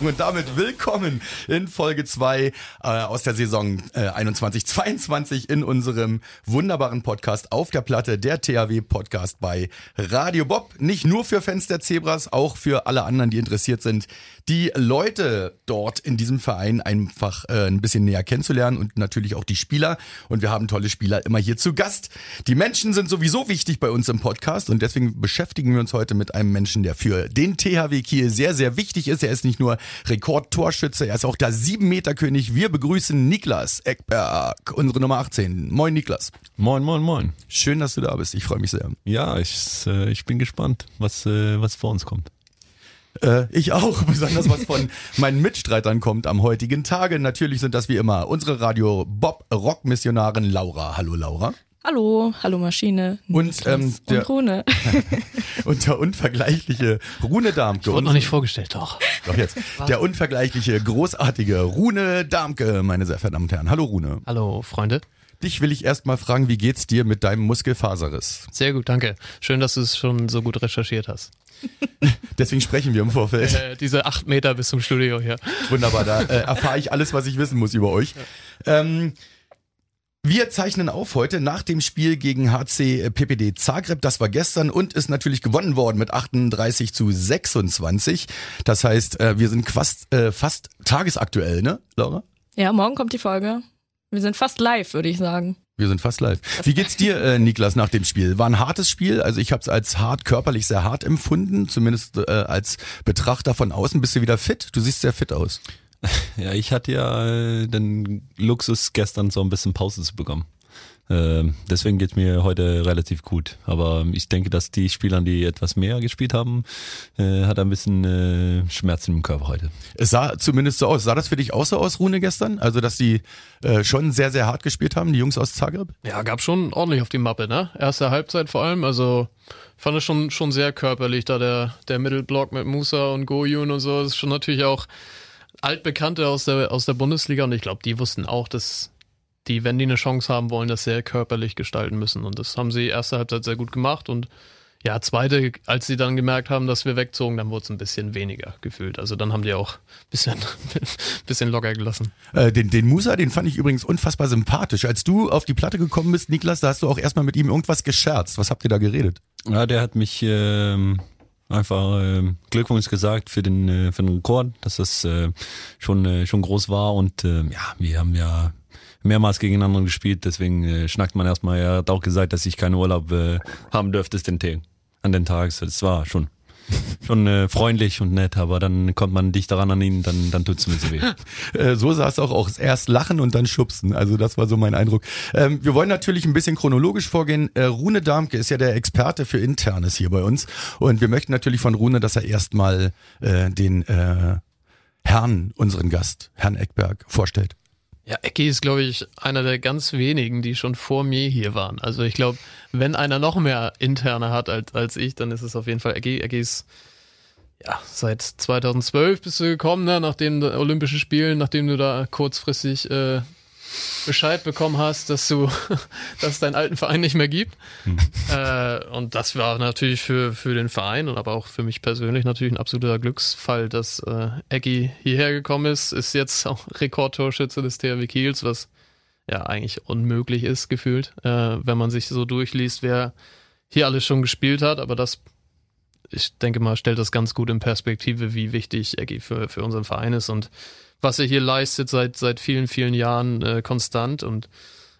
Und damit willkommen in Folge 2 äh, aus der Saison äh, 21-22 in unserem wunderbaren Podcast auf der Platte, der THW-Podcast bei Radio Bob. Nicht nur für Fans der Zebras, auch für alle anderen, die interessiert sind, die Leute dort in diesem Verein einfach äh, ein bisschen näher kennenzulernen und natürlich auch die Spieler. Und wir haben tolle Spieler immer hier zu Gast. Die Menschen sind sowieso wichtig bei uns im Podcast und deswegen beschäftigen wir uns heute mit einem Menschen, der für den THW Kiel sehr, sehr wichtig ist. Er ist nicht nur Rekordtorschütze, er ist auch der Siebenmeterkönig. Wir begrüßen Niklas Eckberg, unsere Nummer 18. Moin Niklas. Moin, moin, moin. Schön, dass du da bist. Ich freue mich sehr. Ja, ich, äh, ich bin gespannt, was, äh, was vor uns kommt. Äh, ich auch, besonders was von meinen Mitstreitern kommt am heutigen Tage. Natürlich sind das wie immer unsere Radio Bob Rock Missionarin Laura. Hallo Laura. Hallo, hallo Maschine. Und, ähm, Niklas der- und Rune. Und der unvergleichliche Rune Darmke. Wurde noch nicht vorgestellt, doch. Doch jetzt. Der unvergleichliche, großartige Rune Darmke, meine sehr verehrten Damen und Herren. Hallo Rune. Hallo, Freunde. Dich will ich erstmal fragen, wie geht's dir mit deinem Muskelfaserriss? Sehr gut, danke. Schön, dass du es schon so gut recherchiert hast. Deswegen sprechen wir im Vorfeld. Äh, diese acht Meter bis zum Studio hier. Wunderbar, da äh, erfahre ich alles, was ich wissen muss über euch. Ähm, wir zeichnen auf heute nach dem Spiel gegen HC PPD Zagreb. Das war gestern und ist natürlich gewonnen worden mit 38 zu 26. Das heißt, äh, wir sind fast, äh, fast tagesaktuell, ne, Laura? Ja, morgen kommt die Folge. Wir sind fast live, würde ich sagen. Wir sind fast live. Wie geht's dir, äh, Niklas, nach dem Spiel? War ein hartes Spiel. Also ich habe es als hart, körperlich sehr hart empfunden, zumindest äh, als Betrachter von außen. Bist du wieder fit? Du siehst sehr fit aus. Ja, ich hatte ja äh, den Luxus, gestern so ein bisschen Pause zu bekommen. Ähm, deswegen geht's mir heute relativ gut. Aber ähm, ich denke, dass die Spieler, die etwas mehr gespielt haben, äh, hat ein bisschen äh, Schmerzen im Körper heute. Es sah zumindest so aus. Sah das für dich auch so aus, Rune, gestern? Also, dass die äh, schon sehr, sehr hart gespielt haben, die Jungs aus Zagreb? Ja, gab schon ordentlich auf die Mappe, ne? Erste Halbzeit vor allem. Also fand es schon, schon sehr körperlich, da der, der Mittelblock mit Musa und Goyun und so ist schon natürlich auch Altbekannte aus der, aus der Bundesliga. Und ich glaube, die wussten auch, dass die, wenn die eine Chance haben wollen, das sehr körperlich gestalten müssen. Und das haben sie erste Halbzeit sehr gut gemacht. Und ja, zweite, als sie dann gemerkt haben, dass wir wegzogen, dann wurde es ein bisschen weniger gefühlt. Also dann haben die auch ein bisschen, bisschen locker gelassen. Äh, den, den Musa, den fand ich übrigens unfassbar sympathisch. Als du auf die Platte gekommen bist, Niklas, da hast du auch erstmal mit ihm irgendwas gescherzt. Was habt ihr da geredet? Ja, der hat mich ähm, einfach ähm, Glückwunsch gesagt für den, äh, für den Rekord, dass das äh, schon, äh, schon groß war und ähm, ja, wir haben ja mehrmals gegeneinander gespielt, deswegen äh, schnackt man erstmal. Er hat auch gesagt, dass ich keinen Urlaub äh, haben dürfte den Tag, an den Tag. Das war schon. Schon äh, freundlich und nett, aber dann kommt man dicht daran an ihn, dann, dann tut's mir so weh. Äh, so sah es auch aus. Erst lachen und dann schubsen. Also das war so mein Eindruck. Ähm, wir wollen natürlich ein bisschen chronologisch vorgehen. Äh, Rune Darmke ist ja der Experte für Internes hier bei uns. Und wir möchten natürlich von Rune, dass er erstmal äh, den äh, Herrn, unseren Gast, Herrn Eckberg, vorstellt. Ja, Ecki ist, glaube ich, einer der ganz wenigen, die schon vor mir hier waren. Also ich glaube, wenn einer noch mehr interne hat als, als ich, dann ist es auf jeden Fall Ecki. Ecki ist ja, seit 2012 bist du gekommen, ne? nachdem den Olympischen Spielen, nachdem du da kurzfristig äh, Bescheid bekommen hast, dass du, dass es deinen alten Verein nicht mehr gibt. Äh, und das war natürlich für, für den Verein und aber auch für mich persönlich natürlich ein absoluter Glücksfall, dass äh, Eggy hierher gekommen ist, ist jetzt auch Rekordtorschütze des THW Kiels, was ja eigentlich unmöglich ist, gefühlt, äh, wenn man sich so durchliest, wer hier alles schon gespielt hat, aber das ich denke mal, stellt das ganz gut in Perspektive, wie wichtig Eggy für, für unseren Verein ist und was er hier leistet seit, seit vielen, vielen Jahren äh, konstant. Und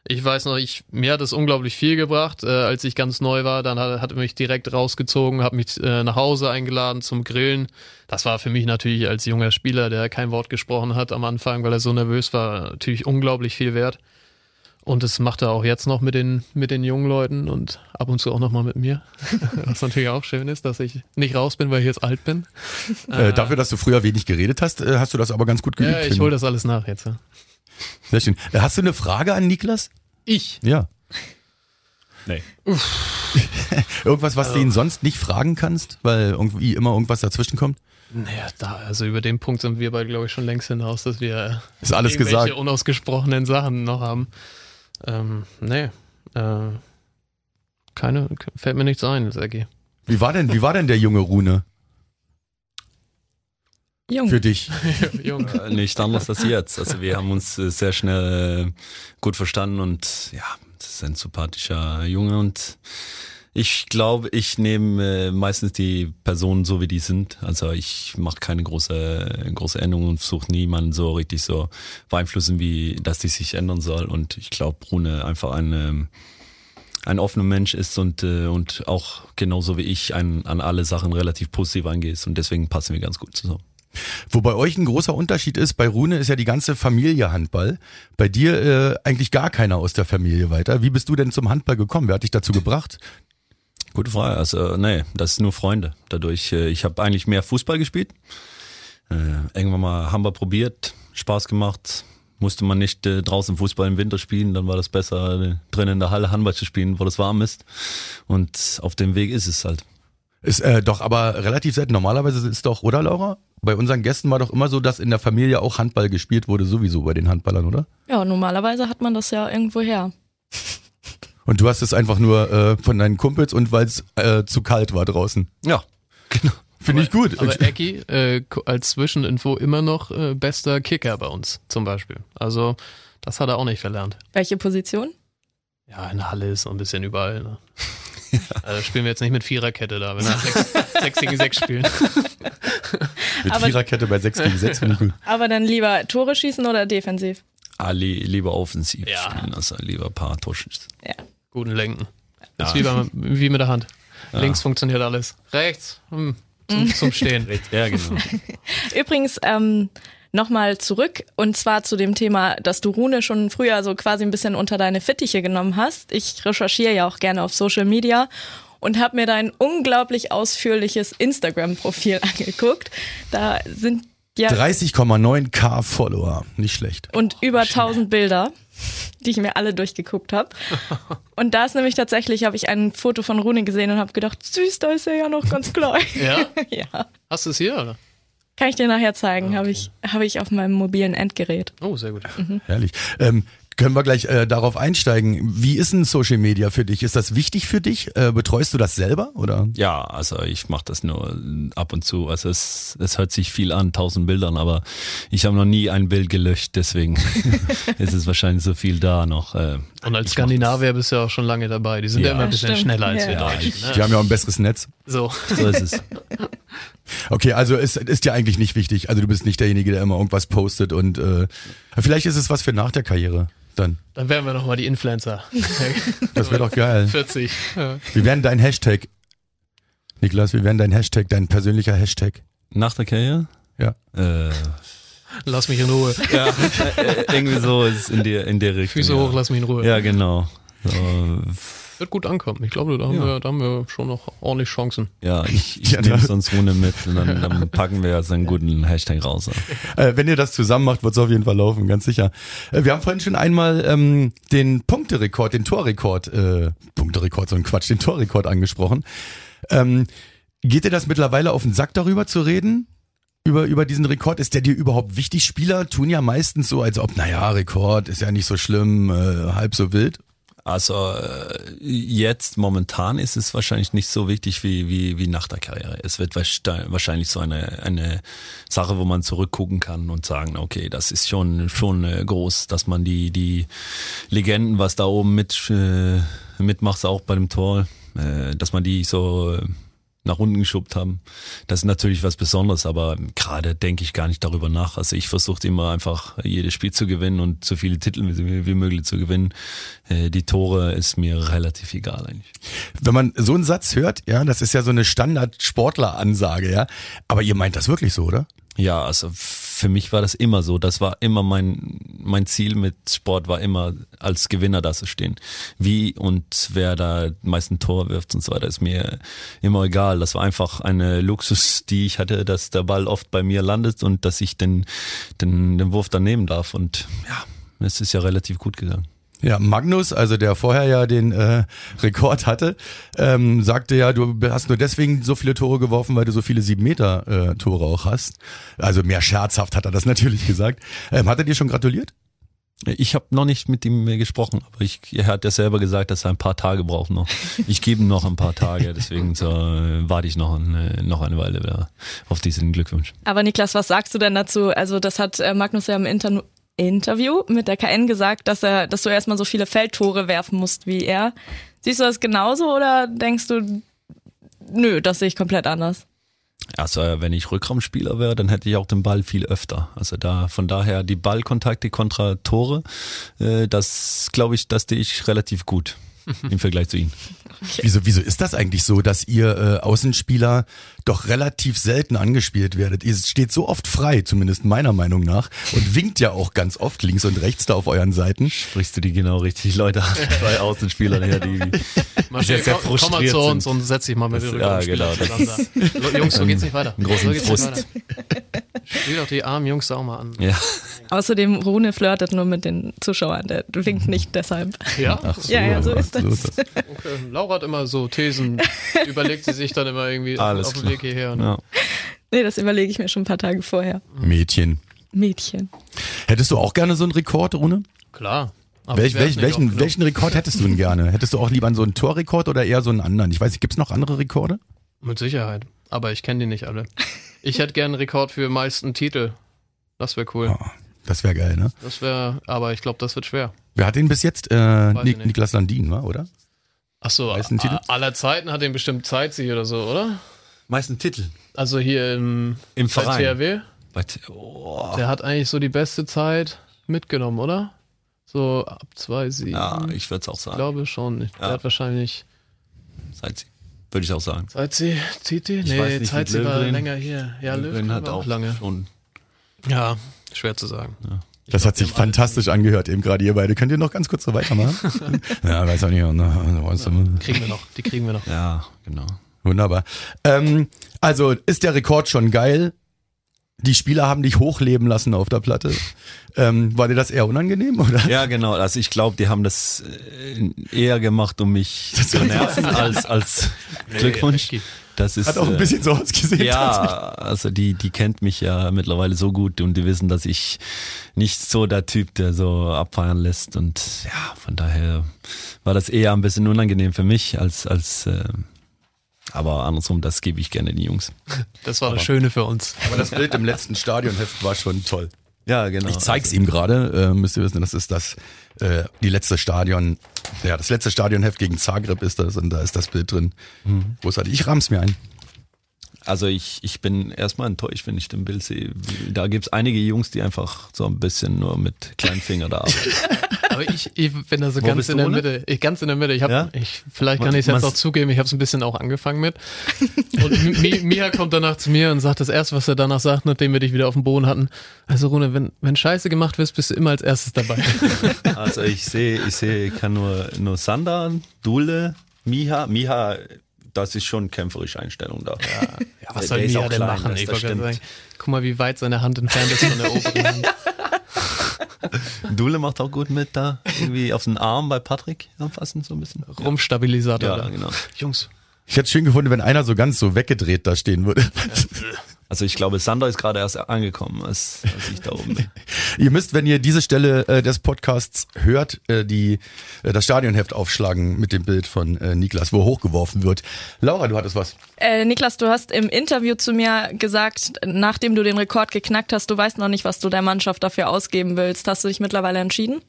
ich weiß noch, ich, mir hat es unglaublich viel gebracht. Äh, als ich ganz neu war, dann hat, hat er mich direkt rausgezogen, hat mich äh, nach Hause eingeladen zum Grillen. Das war für mich natürlich als junger Spieler, der kein Wort gesprochen hat am Anfang, weil er so nervös war, natürlich unglaublich viel wert. Und das macht er auch jetzt noch mit den, mit den jungen Leuten und ab und zu auch nochmal mit mir. Was natürlich auch schön ist, dass ich nicht raus bin, weil ich jetzt alt bin. Äh, dafür, dass du früher wenig geredet hast, äh, hast du das aber ganz gut geübt. Ja, ich finde hole das alles nach jetzt. Ja. Sehr schön. Äh, Hast du eine Frage an Niklas? Ich? Ja. Nee. Irgendwas, was du ihn sonst nicht fragen kannst, weil irgendwie immer irgendwas dazwischen kommt? Naja, da, also über den Punkt sind wir beide, glaube ich, schon längst hinaus, dass wir äh, Ist alles irgendwelche gesagt. unausgesprochenen Sachen noch haben. Ähm, nee. Äh, keine, fällt mir nichts ein, Sergi. Wie war denn, wie war denn der junge Rune Jung. für dich? Junge. Äh, Nicht anders als jetzt. Also wir haben uns äh, sehr schnell äh, gut verstanden und ja, das ist ein sympathischer Junge und ich glaube, ich nehme äh, meistens die Personen so, wie die sind. Also ich mache keine große, große Änderung und versuche niemanden so richtig so beeinflussen, wie dass die sich ändern soll. Und ich glaube, Brune einfach ein, ähm, ein offener Mensch ist und, äh, und auch genauso wie ich an, an alle Sachen relativ positiv angeht. Und deswegen passen wir ganz gut zusammen. Wo bei euch ein großer Unterschied ist, bei Rune ist ja die ganze Familie Handball. Bei dir äh, eigentlich gar keiner aus der Familie weiter. Wie bist du denn zum Handball gekommen? Wer hat dich dazu gebracht? Gute Frage. Also, äh, nee, das ist nur Freunde. Dadurch, äh, ich habe eigentlich mehr Fußball gespielt. Äh, irgendwann mal haben wir probiert, Spaß gemacht. Musste man nicht äh, draußen Fußball im Winter spielen, dann war das besser, äh, drinnen in der Halle Handball zu spielen, wo das warm ist. Und auf dem Weg ist es halt. Ist äh, doch aber relativ selten. Normalerweise ist doch, oder Laura? Bei unseren Gästen war doch immer so, dass in der Familie auch Handball gespielt wurde, sowieso bei den Handballern, oder? Ja, normalerweise hat man das ja irgendwo her. Und du hast es einfach nur äh, von deinen Kumpels und weil es äh, zu kalt war draußen. Ja, genau. Finde ich gut. Aber Ecki, äh, als Zwischeninfo immer noch äh, bester Kicker bei uns zum Beispiel. Also, das hat er auch nicht verlernt. Welche Position? Ja, in der Halle ist noch ein bisschen überall. Ne? Also spielen wir jetzt nicht mit Viererkette da, wenn wir sechs, sechs gegen sechs spielen. Mit aber- Viererkette bei 6 gegen 6 finde ich gut. Aber dann lieber Tore schießen oder defensiv? Ali Ah, lieber offensiv Ja. spielen, also lieber ein paar Torschüsse. Ja. Guten Lenken. Das ist Ja. wie, beim, wie mit der Hand. Links funktioniert alles. Rechts, hm, zum, zum Stehen. Ja, genau. Übrigens, ähm, nochmal zurück und zwar zu dem Thema, dass du Rune schon früher so quasi ein bisschen unter deine Fittiche genommen hast. Ich recherchiere ja auch gerne auf Social Media und habe mir dein unglaublich ausführliches Instagram-Profil angeguckt. Da sind ja 30,9k Follower. Nicht schlecht. und über 1000 Bilder, die ich mir alle durchgeguckt habe. Und da ist nämlich tatsächlich, habe ich ein Foto von Rune gesehen und habe gedacht, süß, da ist er ja noch ganz klein. Ja? ja. Hast du es hier, oder? Kann ich dir nachher zeigen, habe ich, habe ich auf meinem mobilen Endgerät. Oh, sehr gut. Herrlich. Ähm, können wir gleich äh, darauf einsteigen. Wie ist denn Social Media für dich? Ist das wichtig für dich? Äh, betreust du das selber oder? Ja, also ich mache das nur ab und zu. Also es, es hört sich viel an, tausend Bildern, aber ich habe noch nie ein Bild gelöscht, deswegen ist es wahrscheinlich so viel da noch. äh, Und als ich mach das. Skandinavier bist du ja auch schon lange dabei. Die sind ja, Ja. immer ein Ja, bisschen stimmt. schneller als Ja. wir Ja, Deutschen. Ne? Die haben ja auch ein besseres Netz. So. So ist es. Okay, also es ist dir eigentlich nicht wichtig. Also du bist nicht derjenige, der immer irgendwas postet und äh, vielleicht ist es was für nach der Karriere dann. Dann wären wir nochmal die Influencer. Das wäre doch geil. 40. Ja. Wir werden dein Hashtag, Niklas, wir werden dein Hashtag, dein persönlicher Hashtag. Nach der Karriere? Ja. Äh, Lass mich in Ruhe. ja, äh, irgendwie so ist in der, in der Richtung. Füße ja. hoch, lass mich in Ruhe. Ja, genau. So, Wird gut ankommen. Ich glaube, da haben, Ja. wir, da haben wir schon noch ordentlich Chancen. ja, ich, ich Ja, ne? nehme da- sonst ohne mit und dann, dann packen wir so einen guten Hashtag raus. Äh, wenn ihr das zusammen macht, wird es auf jeden Fall laufen, ganz sicher. Äh, wir haben vorhin schon einmal ähm, den Punkterekord, den Torrekord, äh, Punkterekord, so ein Quatsch, den Torrekord angesprochen. Ähm, geht dir das mittlerweile auf den Sack, darüber zu reden? Über, über diesen Rekord, ist der dir überhaupt wichtig? Spieler tun ja meistens so, als ob, naja, Rekord ist ja nicht so schlimm, äh, halb so wild. Also äh, jetzt momentan ist es wahrscheinlich nicht so wichtig wie, wie, wie nach der Karriere. Es wird wahrscheinlich wahrscheinlich so eine, eine Sache, wo man zurückgucken kann und sagen, okay, das ist schon, schon äh, groß, dass man die, die Legenden, was da oben mit, äh, mitmacht, auch bei dem Tor, äh, dass man die so äh, nach unten geschubbt haben. Das ist natürlich was Besonderes, aber gerade denke ich gar nicht darüber nach. Also ich versuche immer einfach jedes Spiel zu gewinnen und so viele Titel wie, wie möglich zu gewinnen. Äh, die Tore ist mir relativ egal eigentlich. Wenn man so einen Satz hört, ja, das ist ja so eine Standard-Sportler-Ansage, ja. Aber ihr meint das wirklich so, oder? Ja, also für mich war das immer so. Das war immer mein, mein Ziel mit Sport, war immer als Gewinner da zu stehen. Wie und wer da die meisten Tore wirft und so weiter, ist mir immer egal. Das war einfach eine Luxus, die ich hatte, dass der Ball oft bei mir landet und dass ich den, den, den Wurf dann nehmen darf. Und ja, es ist ja relativ gut gegangen. Ja, Magnus, also der vorher ja den äh, Rekord hatte, ähm, sagte ja, du hast nur deswegen so viele Tore geworfen, weil du so viele 7-Meter-Tore auch hast. Also mehr scherzhaft hat er das natürlich gesagt. Ähm, hat er dir schon gratuliert? Ich habe noch nicht mit ihm äh, gesprochen, aber ich, er hat ja selber gesagt, dass er ein paar Tage braucht noch. Ich gebe ihm noch ein paar Tage, deswegen so, äh, warte ich noch, ein, äh, noch eine Weile wieder auf diesen Glückwunsch. Aber Niklas, was sagst du denn dazu? Also das hat äh, Magnus ja im Inter Interview mit der KN gesagt, dass er, dass du erstmal so viele Feldtore werfen musst wie er. Siehst du das genauso oder denkst du, nö, das sehe ich komplett anders? Also äh, wenn ich Rückraumspieler wäre, dann hätte ich auch den Ball viel öfter. Also da von daher die Ballkontakte kontra Tore, äh, das glaube ich, das stehe ich relativ gut im Vergleich zu ihm. Wieso, wieso ist das eigentlich so, dass ihr äh, Außenspieler doch relativ selten angespielt werdet? Ihr steht so oft frei, zumindest meiner Meinung nach, und winkt ja auch ganz oft links und rechts da auf euren Seiten. Sprichst du die genau richtig Leute an, zwei Außenspieler, ja, die, Marcel, sehr komm, komm mal frustriert zu sind. uns und setz dich mal mit den Ja, Rückraumspielern genau, zusammen da. Jungs, so geht's nicht weiter. Einen großen so geht's Frust. nicht weiter. Spiel doch die armen Jungs auch mal an. ja. Außerdem, Rune flirtet nur mit den Zuschauern, der winkt nicht deshalb. Ja? ja, ja, so ist das. Okay. Laura hat immer so Thesen, überlegt sie sich dann immer irgendwie Alles auf dem klar. Weg hierher. ja. Nee, das überlege ich mir schon ein paar Tage vorher. Mädchen. Mädchen. Hättest du auch gerne so einen Rekord, Rune? Klar. Aber Welch, ich werf welch, nicht oft welchen, genug. welchen Rekord hättest du denn gerne? Hättest du auch lieber so einen Torrekord oder eher so einen anderen? Ich weiß nicht, gibt's noch andere Rekorde? Mit Sicherheit. Aber ich kenne die nicht alle. Ich hätte gern einen Rekord für meisten Titel. Das wäre cool. Ah. Oh, das wäre geil, ne? Das wäre, aber ich glaube, das wird schwer. Wer hat den bis jetzt? Äh, ich Nik nicht. Niklas Landin, wa, oder? Achso, Meisten Titel? aller Zeiten hat den bestimmt Zeitsi oder so, oder? Meisten Titel Also hier im im bei Verein. oh, Ah. THW. Der hat eigentlich so die beste Zeit mitgenommen, oder? So ab zwei Siegen. Ja, ich ich würde es auch sagen. glaube schon. Der hat wahrscheinlich Seid sie. Würde ich auch sagen. Zeitsi, Titi? Ich weiß Nee, nicht, Zeitsi mit war Löwgren. länger hier. Ja, Löwen hat auch lange. Schon. Ja, schwer zu sagen. Das hat sich wir haben alle- fantastisch angehört eben gerade ihr beide. Könnt ihr noch ganz kurz so weitermachen? ja, weiß auch nicht. ne, weißt du, Kriegen wir noch, die kriegen wir noch. Ja, genau. Wunderbar. Ähm, also ist der Rekord schon geil? Die Spieler haben dich hochleben lassen auf der Platte. Ähm, war dir das eher unangenehm oder? Ja, genau. Also ich glaube, die haben das äh, eher gemacht, um mich zu nerven als, als Glückwunsch. Nee, Das ist, Hat auch ein äh, bisschen so ausgesehen. tatsächlich. Ja, also die, die kennt mich ja mittlerweile so gut und die wissen, dass ich nicht so der Typ, der so abfeiern lässt. Und ja, von daher war das eher ein bisschen unangenehm für mich als, als äh, aber andersrum, das gebe ich gerne den Jungs. Das war das Schöne für uns. Aber das Bild im letzten Stadionheft war schon toll. Ja, genau. Ich zeig's ihm gerade, äh, müsst ihr wissen, das ist das, äh, die letzte Stadion, ja, das letzte Stadionheft gegen Zagreb ist das und da ist das Bild drin. Großartig. Ich rahm's mir ein. Also ich, ich bin erstmal enttäuscht, wenn ich den Bild sehe. Da gibt's einige Jungs, die einfach so ein bisschen nur mit kleinen Finger da arbeiten. Aber ich, ich bin da so Wo ganz bist in du, der Ole? Mitte. Ich, ganz in der Mitte. Ich hab, Ja? ich, vielleicht kann Man- ich es jetzt man- auch zugeben, ich habe es ein bisschen auch angefangen mit. Und Mi- Mia kommt danach zu mir und sagt das erste, was er danach sagt, nachdem wir dich wieder auf dem Boden hatten. Also Rune, wenn, wenn Scheiße gemacht wirst, bist du immer als erstes dabei. Also ich sehe, ich sehe, ich kann nur, nur Sander, Dule, Miha. Miha, das ist schon kämpferische Einstellung da. Ja, was soll Mia denn machen? Ich wollte gerade Ich wollte grad sagen, sagen, guck mal, wie weit seine Hand entfernt ist von der oberen Hand. Dule macht auch gut mit da. Irgendwie auf den Arm bei Patrick anfassen, so ein bisschen. Rumstabilisator. Ja, da. genau. Jungs, Ich hätte schön gefunden, wenn einer so ganz so weggedreht da stehen würde. Also ich glaube, Sander ist gerade erst angekommen, als, als ich da oben bin. Ihr müsst, wenn ihr diese Stelle äh, des Podcasts hört, äh, die, äh, das Stadionheft aufschlagen mit dem Bild von äh, Niklas, wo er hochgeworfen wird. Laura, du hattest was. Äh, Niklas, du hast im Interview zu mir gesagt, nachdem du den Rekord geknackt hast, du weißt noch nicht, was du der Mannschaft dafür ausgeben willst. Hast du dich mittlerweile entschieden?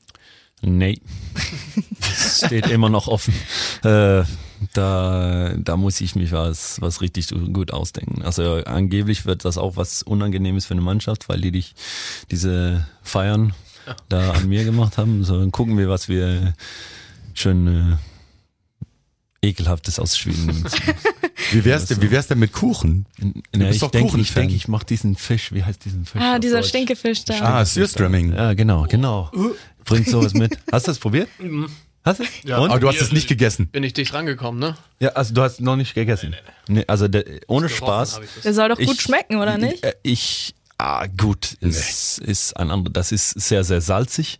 Nee. Das steht immer noch offen. Äh, da, da muss ich mich was, was richtig gut ausdenken. Also angeblich wird das auch was Unangenehmes für eine Mannschaft, weil die dich diese Feiern da an mir gemacht haben. So, dann gucken wir, was wir schön äh, ekelhaftes aus Schweden. Wie wär's denn, wie wär's denn mit Kuchen? Ja, bist ich doch denke, ich, Kuchenfan. denk, ich mache diesen Fisch. Wie heißt diesen Fisch? Ah, auf dieser Uh. Deutsch? Stinkefisch da. Ah, Searstramming. Ja, genau, genau. Bringt sowas mit. Hast du das probiert? Mhm. Hast du? Ja. Ah, Aber du hast es nicht gegessen. bin ich dich rangekommen, ne? Ja, also du hast noch nicht gegessen. Nee, also der, ohne Spaß. Gerochen hab ich das. Der soll doch gut ich- schmecken, oder nicht? äh, Ich, ah, gut, es ist ein anderer, das ist sehr, sehr salzig.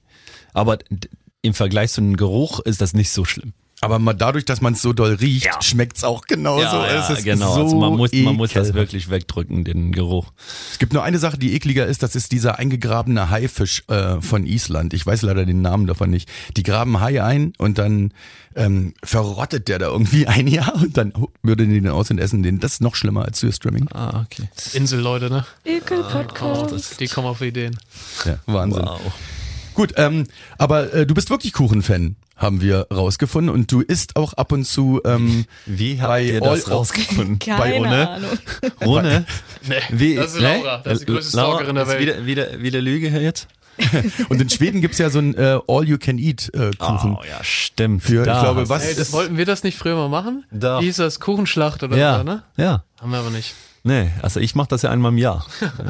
Aber d- im Vergleich zu einem Geruch ist das nicht so schlimm. Aber mal dadurch, dass man es so doll riecht, schmeckt's schmeckt es auch genauso. es ist genau. so also man muss, man muss das ekelhaft. wirklich wegdrücken, den Geruch. Es gibt nur eine Sache, die ekliger ist, das ist dieser eingegrabene Haifisch äh, von Island. Ich weiß leider den Namen davon nicht. Die graben Haie ein und dann ähm, verrottet der da irgendwie ein Jahr und dann oh, würden die den aus und essen den. Das ist noch schlimmer als Streaming. Ah, okay. Inselleute, ne? Ekel-Podcast. Die kommen auf Ideen. Ja, Wahnsinn. Wow. Gut, ähm, aber äh, du bist wirklich Kuchen-Fan, haben wir rausgefunden. Und du isst auch ab und zu ähm, Wie habt Bei ihr das all- rausgefunden? Keine ohne? Ahnung. Ohne? Nee, Wie, das ist ne? Laura. Das ist die größte Laura, Stalkerin der das ist Welt. Wieder, wieder, wieder Lüge jetzt? und in Schweden gibt's ja so ein äh, All-You-Can-Eat-Kuchen. Oh, ja, stimmt. Für, ich Da glaube, hast- was Ey, das ist wollten wir das nicht früher mal machen? Doch. Wie hieß das? Kuchenschlacht oder Ja, so, ne? ja. Haben wir aber nicht. Nee, also ich mache das ja einmal im Jahr.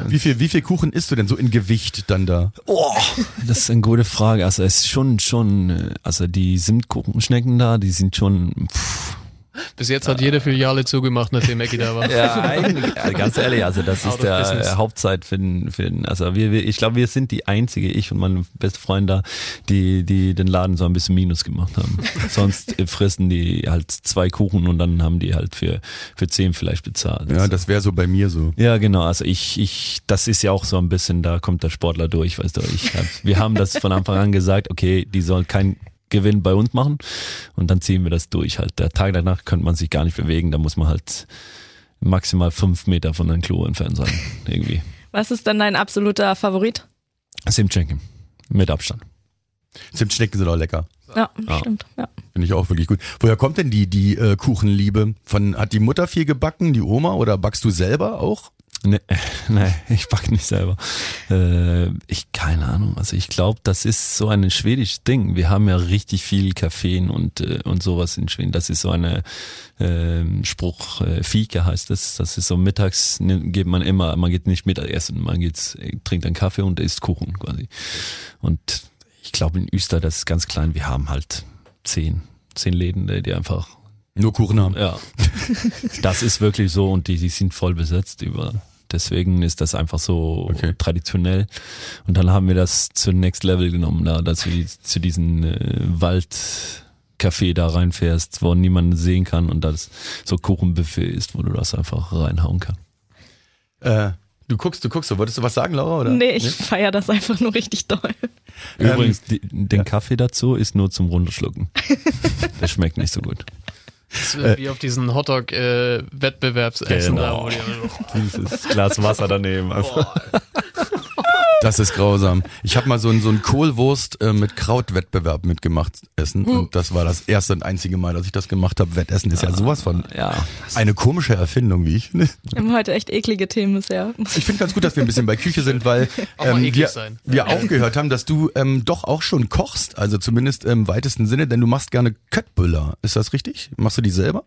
Wie viel, wie viel Kuchen isst du denn so in Gewicht dann da? Oh, das ist eine gute Frage. Also es ist schon, schon, äh, also die Simtkuchenschnecken da, die sind schon, pff, Bis jetzt hat jede Filiale zugemacht, nachdem Maggie da war. ja, eigentlich, also ganz ehrlich, also das Out ist of der business. Hauptzeit für den, für den also wir, wir ich glaube, wir sind die einzige, ich und meine beste Freundin da, die, die den Laden so ein bisschen Minus gemacht haben. Sonst äh, fressen die halt zwei Kuchen und dann haben die halt für, für zehn vielleicht bezahlt. Ja, das wäre so bei mir so. Ja, genau. Also ich, ich, das ist ja auch so ein bisschen, da kommt der Sportler durch, weißt du. Ich hab, wir haben das von Anfang an gesagt, okay, die sollen keinen Gewinn bei uns machen und dann ziehen wir das durch halt. Der Tag danach könnte man sich gar nicht bewegen, da muss man halt maximal fünf Meter von einem Klo entfernt sein, irgendwie. Was ist denn dein absoluter Favorit? Sim Jenkin. Mit Abstand. Zimtschnecken sind auch lecker. Ja, Ah. stimmt. Ja. Finde ich auch wirklich gut. Woher kommt denn die, die äh, Kuchenliebe? Von, hat die Mutter viel gebacken, die Oma oder backst du selber auch? Nee, nee, ich backe nicht selber. Äh, ich, keine Ahnung. Also ich glaube, das ist so ein schwedisches Ding. Wir haben ja richtig viel Kaffeen und, äh, und sowas in Schweden. Das ist so eine ähm, Spruch, äh, Fika heißt das. Das ist so mittags, ne, geht man immer, man geht nicht Mittagessen, man geht, äh, trinkt einen Kaffee und isst Kuchen quasi. Und ich glaube in Öster, das ist ganz klein, wir haben halt zehn, zehn Läden, die die einfach, Nur Kuchen haben. ja. Das ist wirklich so und die, die sind voll besetzt überall. Deswegen ist das einfach so Okay. traditionell. Und dann haben wir das zu Next Level genommen, da, dass du die- zu diesen äh, Waldcafé da reinfährst, wo niemand sehen kann und das so Kuchenbuffet ist, wo du das einfach reinhauen kannst. Äh, du guckst, du guckst, so. wolltest du was sagen, Laura? Oder? Nee, ich feier das einfach nur richtig doll. Ähm, Übrigens, die, den Kaffee dazu ist nur zum Runterschlucken. Der schmeckt nicht so gut. Das ist wie auf diesen Hotdog-Wettbewerbsessen Genau. Genau. da, wo die Dieses Glas Wasser daneben. Einfach. Das ist grausam. Ich habe mal so einen so einen Kohlwurst äh, mit Krautwettbewerb mitgemacht, Essen. Und das war das erste und einzige Mal, dass ich das gemacht habe. Wettessen ist ja sowas von Ja, eine komische Erfindung, wie ich finde. Wir haben heute echt eklige Themen bisher. Ich finde ganz gut, dass wir ein bisschen bei Küche sind, weil Auch ähm, mal eklig wir, sein. wir auch gehört haben, dass du ähm, doch auch schon kochst, also zumindest im weitesten Sinne, denn du machst gerne Köttbüller. Ist das richtig? Machst du die selber?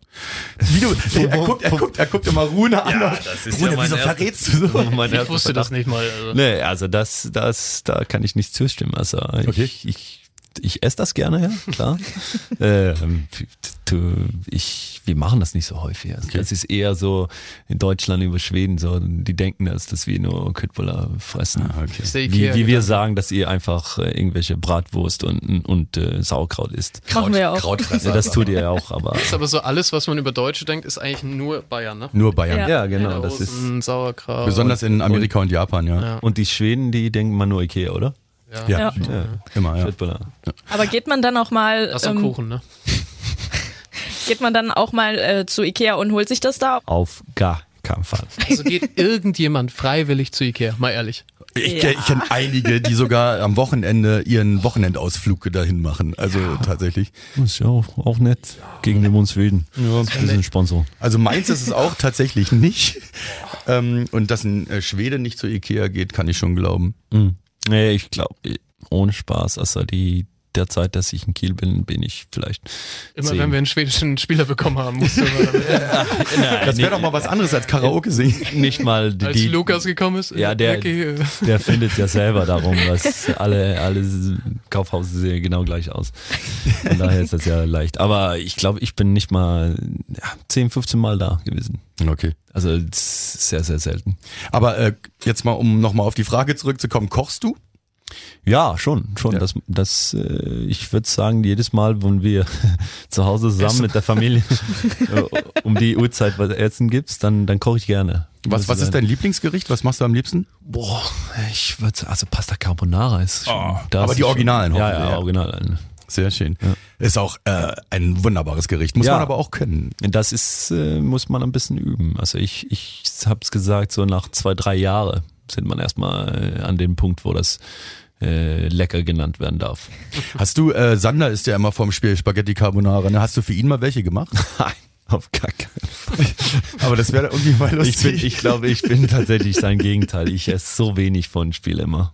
Wie du, er, guckt, er, guckt, er guckt immer Rune an. das ist Rune, ja mein wieso erster- verrätst du so? mein Ich wusste das nicht mal. Also. Nee, also das, das, da kann ich nicht zustimmen. Also ich, Okay. ich, ich esse das gerne, ja, klar. ähm, du, ich, wir machen das nicht so häufig. Also Das ist eher so in Deutschland über Schweden so, die denken das, dass wir nur Köttbullar fressen. Ah, okay. Ist der Wie, Ikea wie wir gegangen. sagen, dass ihr einfach äh, irgendwelche Bratwurst und, und äh, Sauerkraut isst. Machen wir auch. Krautfresser. Ja, das tut ihr ja auch, aber Ist aber so alles, was man über Deutsche denkt, ist eigentlich nur Bayern, ne? Nur Bayern. Ja. ja, genau, das ist. Rosen, Sauerkraut. Besonders in Amerika und Japan, ja. Ja. Und die Schweden, die denken mal nur Ikea, oder? Ja. Ja, Ja. Ja. immer, ja. Köttbullar. Aber geht man dann auch mal, Das ist ein ähm, Kuchen, ne? geht man dann auch mal äh, zu Ikea und holt sich das da? Auf gar keinen Fall. Also geht irgendjemand freiwillig zu Ikea, mal ehrlich. Ich, Ja. ich kenne einige, die sogar am Wochenende ihren Wochenendausflug dahin machen. Also tatsächlich. Ist ja auch, auch nett. Gegen den Mund Schweden. Ja, das ist ein Sponsor. Also meins ist es auch tatsächlich nicht. Ähm, und dass ein äh, Schwede nicht zu Ikea geht, kann ich schon glauben. Hm. Nee, ich glaube, ohne Spaß, also die der Zeit, dass ich in Kiel bin, bin ich vielleicht. Immer zehn. wenn wir einen schwedischen Spieler bekommen haben, musste man damit. Das wäre doch mal was anderes als Karaoke singen. Nicht mal die. Als die Lukas gekommen ist, Ja, der- Maggie, äh, der findet ja selber darum, dass alle, alle Kaufhaus sehen genau gleich aus. Von daher ist das ja leicht. Aber ich glaube, ich bin nicht mal ja, 10, 15 Mal da gewesen. Okay. Also es ist sehr, sehr selten. Aber äh, jetzt mal, um nochmal auf die Frage zurückzukommen, kochst du? Ja, schon, schon. Ja. Das, das, äh, ich würde sagen, jedes Mal, wenn wir zu Hause zusammen mit der Familie äh, um die Uhrzeit was essen gibt's, dann, dann koche ich gerne. Was, was ist dein Lieblingsgericht? Was machst du am liebsten? Boah, ich würde also Pasta Carbonara ist schon, Oh, das aber ist die Originalen, schon, ja, hoffentlich, ja, ja. Originalen. Sehr schön. Ist auch äh, ein wunderbares Gericht. Muss Ja. man aber auch können. Das ist äh, muss man ein bisschen üben. Also ich ich hab's gesagt, so nach zwei drei Jahre sind man erstmal äh, an dem Punkt, wo das äh, lecker genannt werden darf. Hast du, äh, Sander ist ja immer vorm Spiel Spaghetti Carbonara, ne? Hast du für ihn mal welche gemacht? Nein, auf gar keinen Fall. Aber das wäre irgendwie mal Ich, bin, lustig. ich glaube, ich bin tatsächlich sein Gegenteil. Ich esse so wenig von Spiel immer.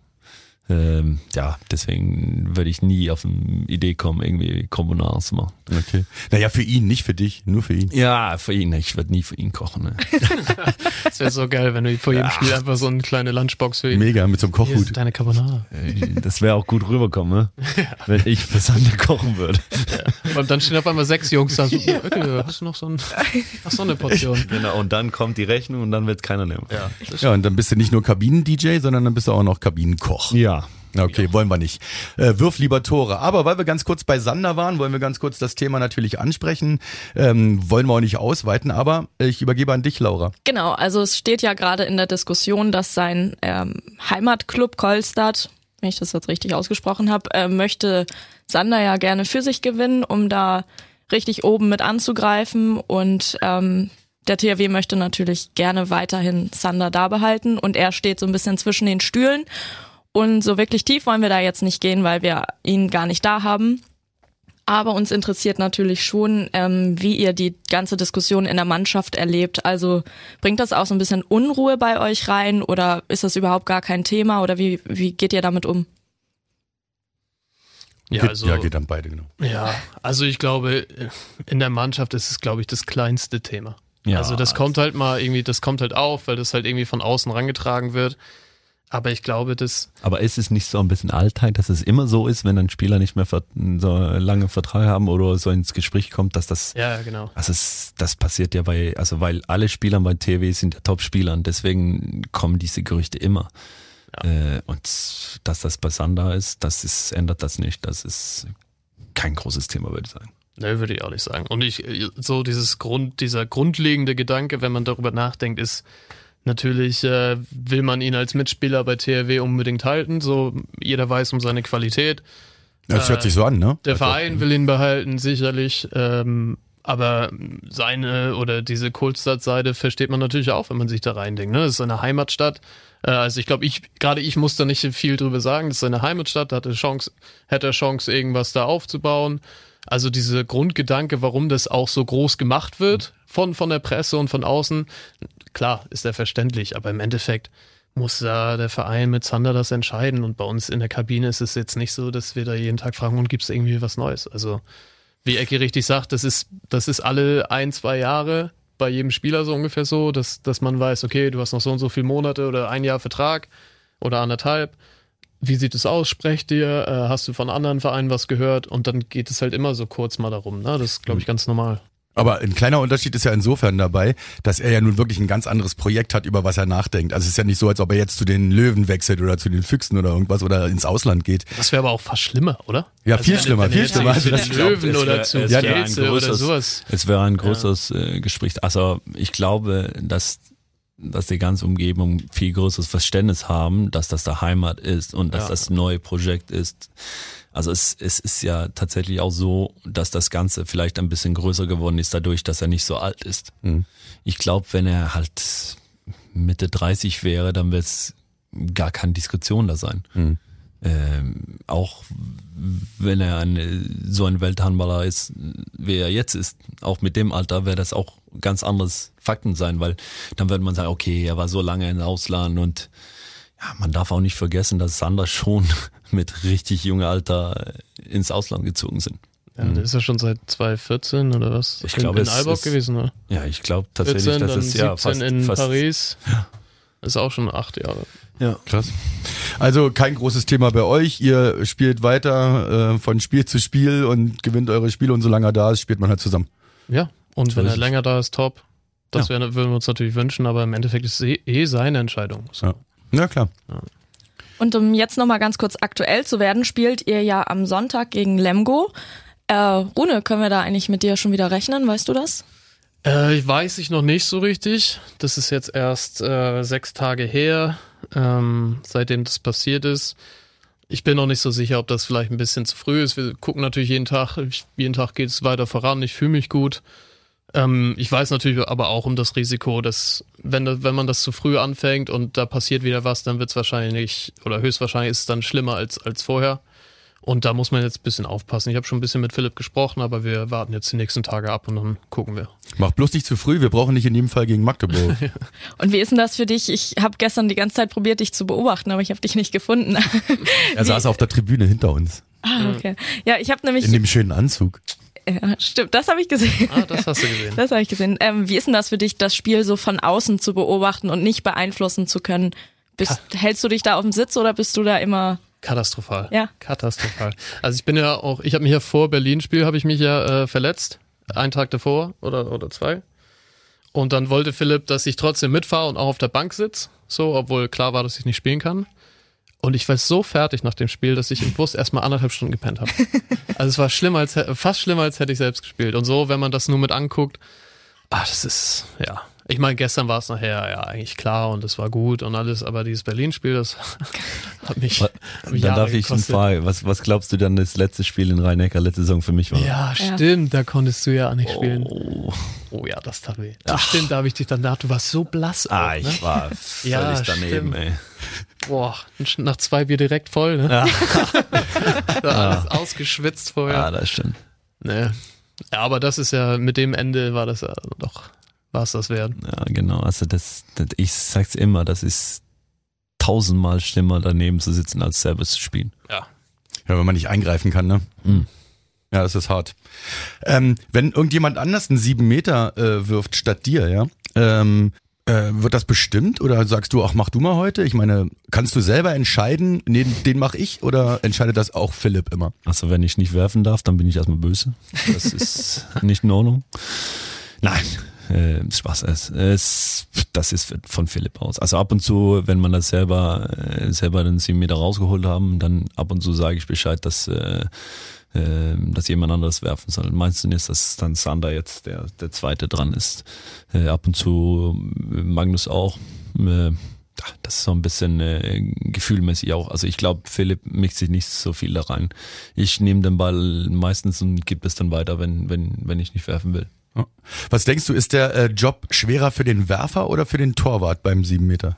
Ähm, ja, deswegen würde ich nie auf eine Idee kommen, irgendwie Carbonara zu machen. okay. Naja, für ihn, nicht für dich, nur für ihn. Ja, für ihn. Ich würde nie für ihn kochen. Ne? Das wäre so geil, wenn du vor jedem Spiel einfach so eine kleine Lunchbox für ihn. Mega, mit so einem Hier Kochhut. ist deine Carbonara. Das wäre auch gut rüberkommen, ne? wenn ich für Sander kochen würde. Und dann stehen auf einmal sechs Jungs da. So, "Ecke, Hast du noch so, ein, hast noch eine Portion? Genau, und dann kommt die Rechnung und dann wird keiner nehmen. Ja. Ja, und dann bist du nicht nur Kabinen-DJ, sondern dann bist du auch noch Kabinenkoch. ja. Okay, wollen wir nicht. Äh, wirf lieber Tore. Aber weil wir ganz kurz bei Sander waren, wollen wir ganz kurz das Thema natürlich ansprechen. Ähm, wollen wir auch nicht ausweiten, aber ich übergebe an dich, Laura. Genau, also es steht ja gerade in der Diskussion, dass sein ähm, Heimatclub Kolstadt, wenn ich das jetzt richtig ausgesprochen habe, äh, möchte Sander ja gerne für sich gewinnen, um da richtig oben mit anzugreifen. Und ähm, der THW möchte natürlich gerne weiterhin Sander da behalten und er steht so ein bisschen zwischen den Stühlen. Und so wirklich tief wollen wir da jetzt nicht gehen, weil wir ihn gar nicht da haben. Aber uns interessiert natürlich schon, ähm, wie ihr die ganze Diskussion in der Mannschaft erlebt. Also bringt das auch so ein bisschen Unruhe bei euch rein oder ist das überhaupt gar kein Thema oder wie, wie geht ihr damit um? Ja, geht, also, ja, geht an beide, genau. ja, also ich glaube, in der Mannschaft ist es, glaube ich, das kleinste Thema. ja. also das kommt halt mal irgendwie, das kommt halt auf, weil das halt irgendwie von außen rangetragen wird. Aber ich glaube, das, Aber ist es nicht so ein bisschen Alltag, dass es immer so ist, wenn ein Spieler nicht mehr vert- so lange Vertrag haben oder so ins Gespräch kommt, dass das ja, genau. Also es, das passiert ja bei, also weil alle Spieler bei TW sind ja Top-Spieler und deswegen kommen diese Gerüchte immer. Äh, und dass das bei Sander ist, das ist, ändert das nicht. Das ist kein großes Thema, würde ich sagen. Ne, würde ich auch nicht sagen. Und ich, so dieses Grund, dieser grundlegende Gedanke, wenn man darüber nachdenkt, ist natürlich, äh, will man ihn als Mitspieler bei THW unbedingt halten. So, jeder weiß um seine Qualität. Das hört sich so an, ne? Äh, Der Verein will ihn behalten, sicherlich. Ähm, aber seine oder diese Kultstadtseite versteht man natürlich auch, wenn man sich da reindenkt. Ne? Das ist eine Heimatstadt. Äh, also ich glaube, ich, gerade ich muss da nicht viel drüber sagen. Das ist eine Heimatstadt, da hatte Chance, hätte er Chance, irgendwas da aufzubauen. Also dieser Grundgedanke, warum das auch so groß gemacht wird von, von der Presse und von außen, klar, ist er verständlich, aber im Endeffekt muss da der Verein mit Zander das entscheiden. Und bei uns in der Kabine ist es jetzt nicht so, dass wir da jeden Tag fragen, und gibt es irgendwie was Neues? Also, wie Ecki richtig sagt, das ist, das ist alle ein, zwei Jahre bei jedem Spieler so ungefähr so, dass, dass man weiß, okay, du hast noch so und so viele Monate oder ein Jahr Vertrag oder anderthalb. Wie sieht es aus? Sprecht dir? Äh, Hast du von anderen Vereinen was gehört? Und dann geht es halt immer so kurz mal darum. Ne? Das ist, glaube ich, ganz normal. Aber ein kleiner Unterschied ist ja insofern dabei, dass er ja nun wirklich ein ganz anderes Projekt hat, über was er nachdenkt. Also es ist ja nicht so, als ob er jetzt zu den Löwen wechselt oder zu den Füchsen oder irgendwas oder ins Ausland geht. Das wäre aber auch fast schlimmer, oder? Ja, viel wenn- schlimmer, wenn viel jetzt schlimmer. irgendwie Also zu das den Löwen glaubt, es oder wär- zu es wär ein Kielce oder großes- sowas. Es wäre ein großes äh, Gespräch. Also ich glaube, dass, dass die ganze Umgebung viel größeres Verständnis haben, dass das der Heimat ist und dass Ja. das neue Projekt ist. Also es, es ist ja tatsächlich auch so, dass das Ganze vielleicht ein bisschen größer geworden ist, dadurch, dass er nicht so alt ist. Ich glaube, wenn er halt Mitte 30 wäre, dann wird es gar keine Diskussion da sein. Ähm, auch wenn er ein, äh, so ein Welthandballer ist, wie er jetzt ist, auch mit dem Alter wäre das auch ganz anderes Fakten sein, weil dann würde man sagen, okay, er war so lange im Ausland und ja, man darf auch nicht vergessen, dass Sander schon mit richtig jungem Alter ins Ausland gezogen sind. Ja, das ist ja schon seit 2014 oder was? Mhm. Ich in, glaube, in es Aalborg ist gewesen, ne? Ja, ich glaube 14, tatsächlich, dass dann es 17 ja fast, in fast Paris. Ist auch schon acht Jahre. Ja. Krass. Also kein großes Thema bei euch. Ihr spielt weiter äh, von Spiel zu Spiel und gewinnt eure Spiele und solange er da ist, spielt man halt zusammen. Ja, und wenn ist er es. länger da ist, top. Das wär, würden wir uns natürlich wünschen, aber im Endeffekt ist es eh, eh seine Entscheidung. So. Ja. Na klar. Und um jetzt nochmal ganz kurz aktuell zu werden, spielt ihr ja am Sonntag gegen Lemgo. Äh, Rune, können wir da eigentlich mit dir schon wieder rechnen? Weißt du das? Äh, ich weiß ich noch nicht so richtig. Das ist jetzt erst äh, sechs Tage her, ähm, seitdem das passiert ist. Ich bin noch nicht so sicher, ob das vielleicht ein bisschen zu früh ist. Wir gucken natürlich jeden Tag. Ich, jeden Tag geht es weiter voran. Ich fühle mich gut. Ähm, ich weiß natürlich aber auch um das Risiko, dass wenn, da- wenn man das zu früh anfängt und da passiert wieder was, dann wird es wahrscheinlich oder höchstwahrscheinlich ist es dann schlimmer als, als vorher. Und da muss man jetzt ein bisschen aufpassen. Ich habe schon ein bisschen mit Philipp gesprochen, aber wir warten jetzt die nächsten Tage ab und dann gucken wir. Mach bloß nicht zu früh, wir brauchen dich in jedem Fall gegen Magdeburg. Und wie ist denn das für dich? Ich habe gestern die ganze Zeit probiert, dich zu beobachten, aber ich habe dich nicht gefunden. er saß auf der Tribüne hinter uns, ah, okay. Ja, ich habe nämlich. in dem schönen Anzug. Ja, stimmt, das habe ich gesehen. Ah, das hast du gesehen. Das habe ich gesehen. Ähm, wie ist denn das für dich, das Spiel so von außen zu beobachten und nicht beeinflussen zu können? Bist, hältst du dich da auf dem Sitz oder bist du da immer? Katastrophal. Ja. Katastrophal. Also ich bin ja auch, ich habe mich ja vor Berlin-Spiel, habe ich mich ja äh, verletzt. Einen Tag davor oder, oder zwei. Und dann wollte Philipp, dass ich trotzdem mitfahre und auch auf der Bank sitze. So, obwohl klar war, dass ich nicht spielen kann. Und ich war so fertig nach dem Spiel, dass ich im Bus erstmal anderthalb Stunden gepennt habe. Also es war schlimmer als, hä- fast schlimmer, als hätte ich selbst gespielt. Und so, wenn man das nur mit anguckt, ah, das ist, ja. Ich meine, gestern war es nachher ja eigentlich klar und es war gut und alles, aber dieses Berlin-Spiel, das hat mich. Wa- Hat mich Dann Jahre darf ich eine gekostet. Frage. Was, was glaubst du dann das letzte Spiel in Rhein-Neckar letzte Saison für mich war? Ja, Ja. stimmt, da konntest du ja auch nicht spielen. Oh. Oh ja, das tat weh. Das stimmt, da habe ich dich danach, du warst so blass. auch, Ah, ne? ich war völlig Ja, daneben, stimmt. ey. Boah, und schon nach zwei Bier direkt voll, ne? da alles ausgeschwitzt vorher. Ah, das stimmt. Nee. Ja, aber das ist ja, mit dem Ende war das ja doch, war es das wert. Ja, genau. Also das, das ich sag's immer, das ist tausendmal schlimmer daneben zu sitzen als selber zu spielen. Ja. Ja, wenn man nicht eingreifen kann, ne? Mhm. Ja, das ist hart. Ähm, wenn irgendjemand anders einen 7 Meter äh, wirft statt dir, ja, ähm, äh, wird das bestimmt oder sagst du, ach, mach du mal heute? Ich meine, kannst du selber entscheiden, nee, den mach ich oder entscheidet das auch Philipp immer? Also wenn ich nicht werfen darf, dann bin ich erstmal böse. Das ist nicht in Ordnung. Nein, äh, Spaß. Es, es, das ist von Philipp aus. Also ab und zu, wenn man das selber äh, selber den 7 Meter rausgeholt haben, dann ab und zu sage ich Bescheid, dass äh, äh, dass jemand anderes werfen soll. Meinst du nicht, dass dann Sander jetzt der, der zweite dran ist? Äh, ab und zu äh, Magnus auch. Äh, ach, das ist so ein bisschen äh, gefühlmäßig auch. Also ich glaube, Philipp mixt sich nicht so viel da rein. Ich nehme den Ball meistens und gebe es dann weiter, wenn, wenn, wenn ich nicht werfen will. Ja. Was denkst du, ist der äh, Job schwerer für den Werfer oder für den Torwart beim 7 Meter?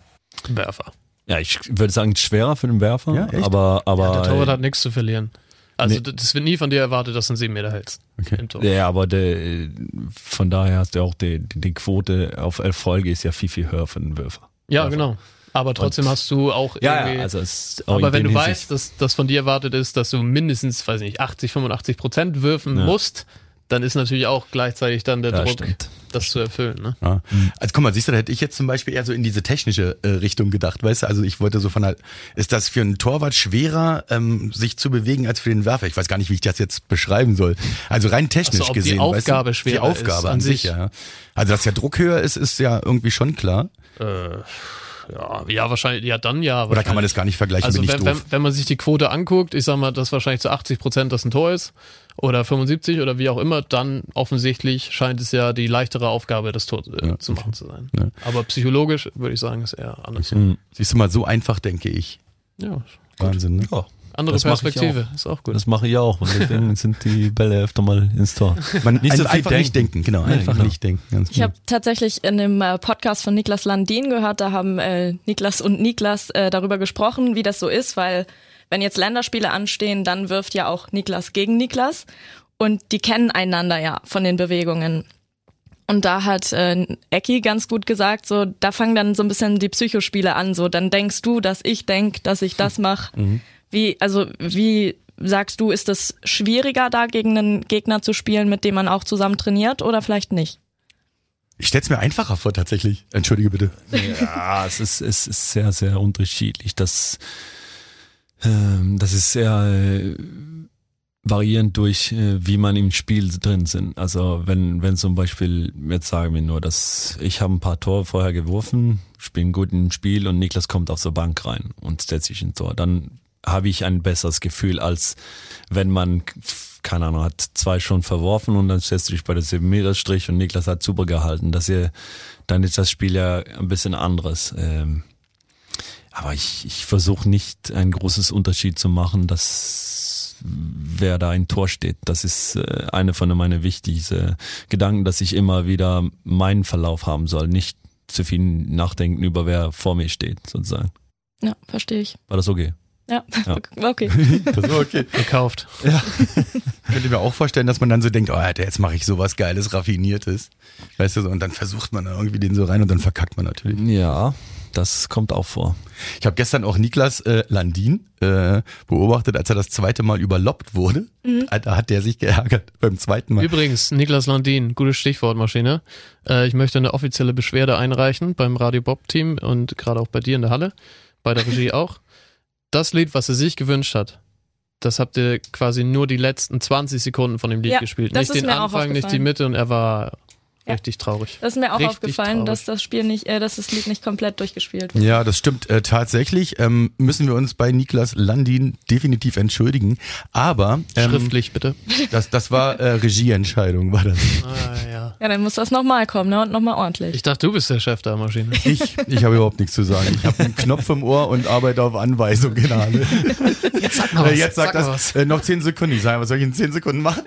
Werfer. Ja, ich würde sagen, schwerer für den Werfer, Ja, echt? aber, aber, Der Torwart hat nichts zu verlieren. Also Nee. d- das wird nie von dir erwartet, dass du einen 7 Meter hältst. Okay. Im Tor. Ja, aber der, äh, von daher hast du auch die, die, die Quote auf Erfolge ist ja viel, viel höher für den Würfer. Ja, genau. Aber trotzdem hast du auch also. Ja, irgendwie. ja, also es auch aber in wenn dem du Hinsicht- weißt, dass das von dir erwartet ist, dass du mindestens, weiß nicht, 80, 85 Prozent würfen Ja. musst, dann ist natürlich auch gleichzeitig dann der Ja, Druck, stimmt. das zu erfüllen. Ne? Ja. Also guck mal, siehst du, da hätte ich jetzt zum Beispiel eher so in diese technische äh, Richtung gedacht, weißt du? Also ich wollte so von der, ist das für einen Torwart schwerer, ähm, sich zu bewegen als für den Werfer? Ich weiß gar nicht, wie ich das jetzt beschreiben soll. Also rein technisch Also, ob die gesehen, Aufgabe weißt du, die schwerer ist Aufgabe an an sich, sich. ja. Also dass der Druck höher ist, ist ja irgendwie schon klar. Äh, ja, ja, wahrscheinlich, ja, dann ja. Oder kann man wahrscheinlich. das gar nicht vergleichen? Also bin ich wenn, doof. wenn, wenn man sich die Quote anguckt, ich sag mal, dass wahrscheinlich zu 80 Prozent das ein Tor ist oder 75 oder wie auch immer, dann offensichtlich scheint es ja die leichtere Aufgabe, das Tor äh, zu machen zu sein. Ja. Aber psychologisch würde ich sagen, ist eher anders. siehst du mal, so einfach denke ich. Ja, Wahnsinn, ne? Ja, andere Das mach ich Perspektive, ist auch gut. das mache ich auch. Und deswegen sind die Bälle öfter mal ins Tor. Man Nicht so ein- viel einfach nicht denken, genau, Nee, einfach genau. nicht denken. Ganz Ich genau. habe tatsächlich in dem äh, Podcast von Niklas Landin gehört, da haben äh, Niklas und Niklas äh, darüber gesprochen, wie das so ist, weil wenn jetzt Länderspiele anstehen, dann wirft ja auch Niklas gegen Niklas und die kennen einander ja von den Bewegungen. Und da hat äh, Ecki ganz gut gesagt, so da fangen dann so ein bisschen die Psychospiele an, so dann denkst du, dass ich denk, dass ich das mache. Wie also wie sagst du, ist es schwieriger da gegen einen Gegner zu spielen, mit dem man auch zusammen trainiert oder vielleicht nicht? Ich stell's mir einfacher vor, tatsächlich. Entschuldige bitte. Ja, es ist, es ist sehr, sehr unterschiedlich. Das, ähm, das ist sehr, äh, variierend durch, äh, wie man im Spiel drin sind. Also wenn, wenn zum Beispiel, jetzt sagen wir nur, dass ich habe ein paar Tore vorher geworfen, spielen gut im Spiel und Niklas kommt aus der Bank rein und setzt sich ins Tor, dann habe ich ein besseres Gefühl, als wenn man, keine Ahnung, hat zwei schon verworfen und dann setzt du dich bei der 7 Meter Strich und Niklas hat super gehalten. Dass ihr, dann ist das Spiel ja ein bisschen anderes. Ähm, aber ich, ich versuche nicht ein großes Unterschied zu machen, dass wer da ein Tor steht. Das ist äh, eine von meinen wichtigsten Gedanken, dass ich immer wieder meinen Verlauf haben soll, nicht zu viel nachdenken über wer vor mir steht, sozusagen. Ja, verstehe ich. War das okay? Ja, Ja. okay. Das war okay. Gekauft. Könnte mir auch vorstellen, dass man dann so denkt, oh, Alter, jetzt mache ich sowas Geiles, Raffiniertes. Weißt du, so, und dann versucht man da irgendwie den so rein und dann verkackt man natürlich. Ja, das kommt auch vor. Ich habe gestern auch Niklas äh, Landin äh, beobachtet, als er das zweite Mal überloppt wurde. Da hat der sich geärgert beim zweiten Mal. Übrigens, Niklas Landin, gutes Stichwort, Maschine. Äh, ich möchte eine offizielle Beschwerde einreichen beim Radio Bob Team und gerade auch bei dir in der Halle, bei der Regie auch. Das Lied, was er sich gewünscht hat, das habt ihr quasi nur die letzten 20 Sekunden von dem Lied Ja, gespielt. das Nicht ist den mir auch Anfang, nicht die aufgefallen. Mitte und er war Ja. richtig traurig. Das ist mir auch Richtig aufgefallen, traurig. dass das Spiel nicht, äh, dass das Lied nicht komplett durchgespielt wird. Ja, das stimmt äh, tatsächlich. Ähm, müssen wir uns bei Niklas Landin definitiv entschuldigen. Aber ähm, Schriftlich bitte. das, das war äh, Regieentscheidung, war das. Ah, ja. Ja, dann muss das nochmal kommen, ne? Und nochmal ordentlich. Ich dachte, du bist der Chef der Maschine. Ich, ich habe überhaupt nichts zu sagen. Ich habe einen Knopf im Ohr und arbeite auf Anweisung gerade. Jetzt sag Äh, jetzt sagt das äh, noch zehn Sekunden. Ich sage, was soll ich in zehn Sekunden machen?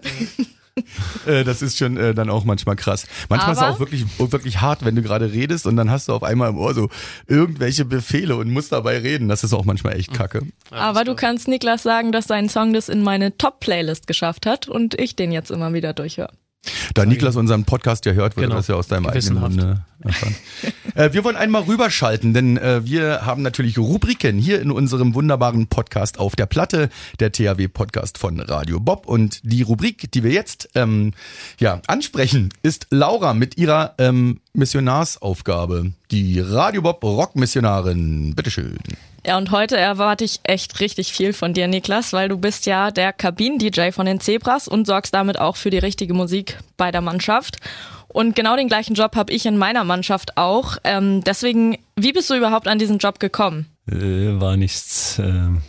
Äh, Das ist schon äh, dann auch manchmal krass. Manchmal ist es Aber- auch wirklich, auch wirklich hart, wenn du gerade redest und dann hast du auf einmal im Ohr so irgendwelche Befehle und musst dabei reden. Das ist auch manchmal Mhm. echt kacke. Aber du kannst Niklas sagen, dass sein Song das in meine Top-Playlist geschafft hat und ich den jetzt immer wieder durchhöre. Da Niklas unseren Podcast ja hört, wird er Genau. das ja aus deinem eigenen Gewissenhaft. Munde erfahren. äh, wir wollen einmal rüberschalten, denn äh, wir haben natürlich Rubriken hier in unserem wunderbaren Podcast auf der Platte, der THW-Podcast von Radio Bob. Und die Rubrik, die wir jetzt ähm, ja, ansprechen, ist Laura mit ihrer ähm, Missionarsaufgabe. Die Radio Bob Rock-Missionarin. Bitteschön. Ja, und heute erwarte ich echt richtig viel von dir, Niklas, weil du bist ja der Kabinen-DJ von den Zebras und sorgst damit auch für die richtige Musik bei der Mannschaft. Und genau den gleichen Job habe ich in meiner Mannschaft auch. Ähm, deswegen, wie bist du überhaupt an diesen Job gekommen? Äh, war nichts. ähm,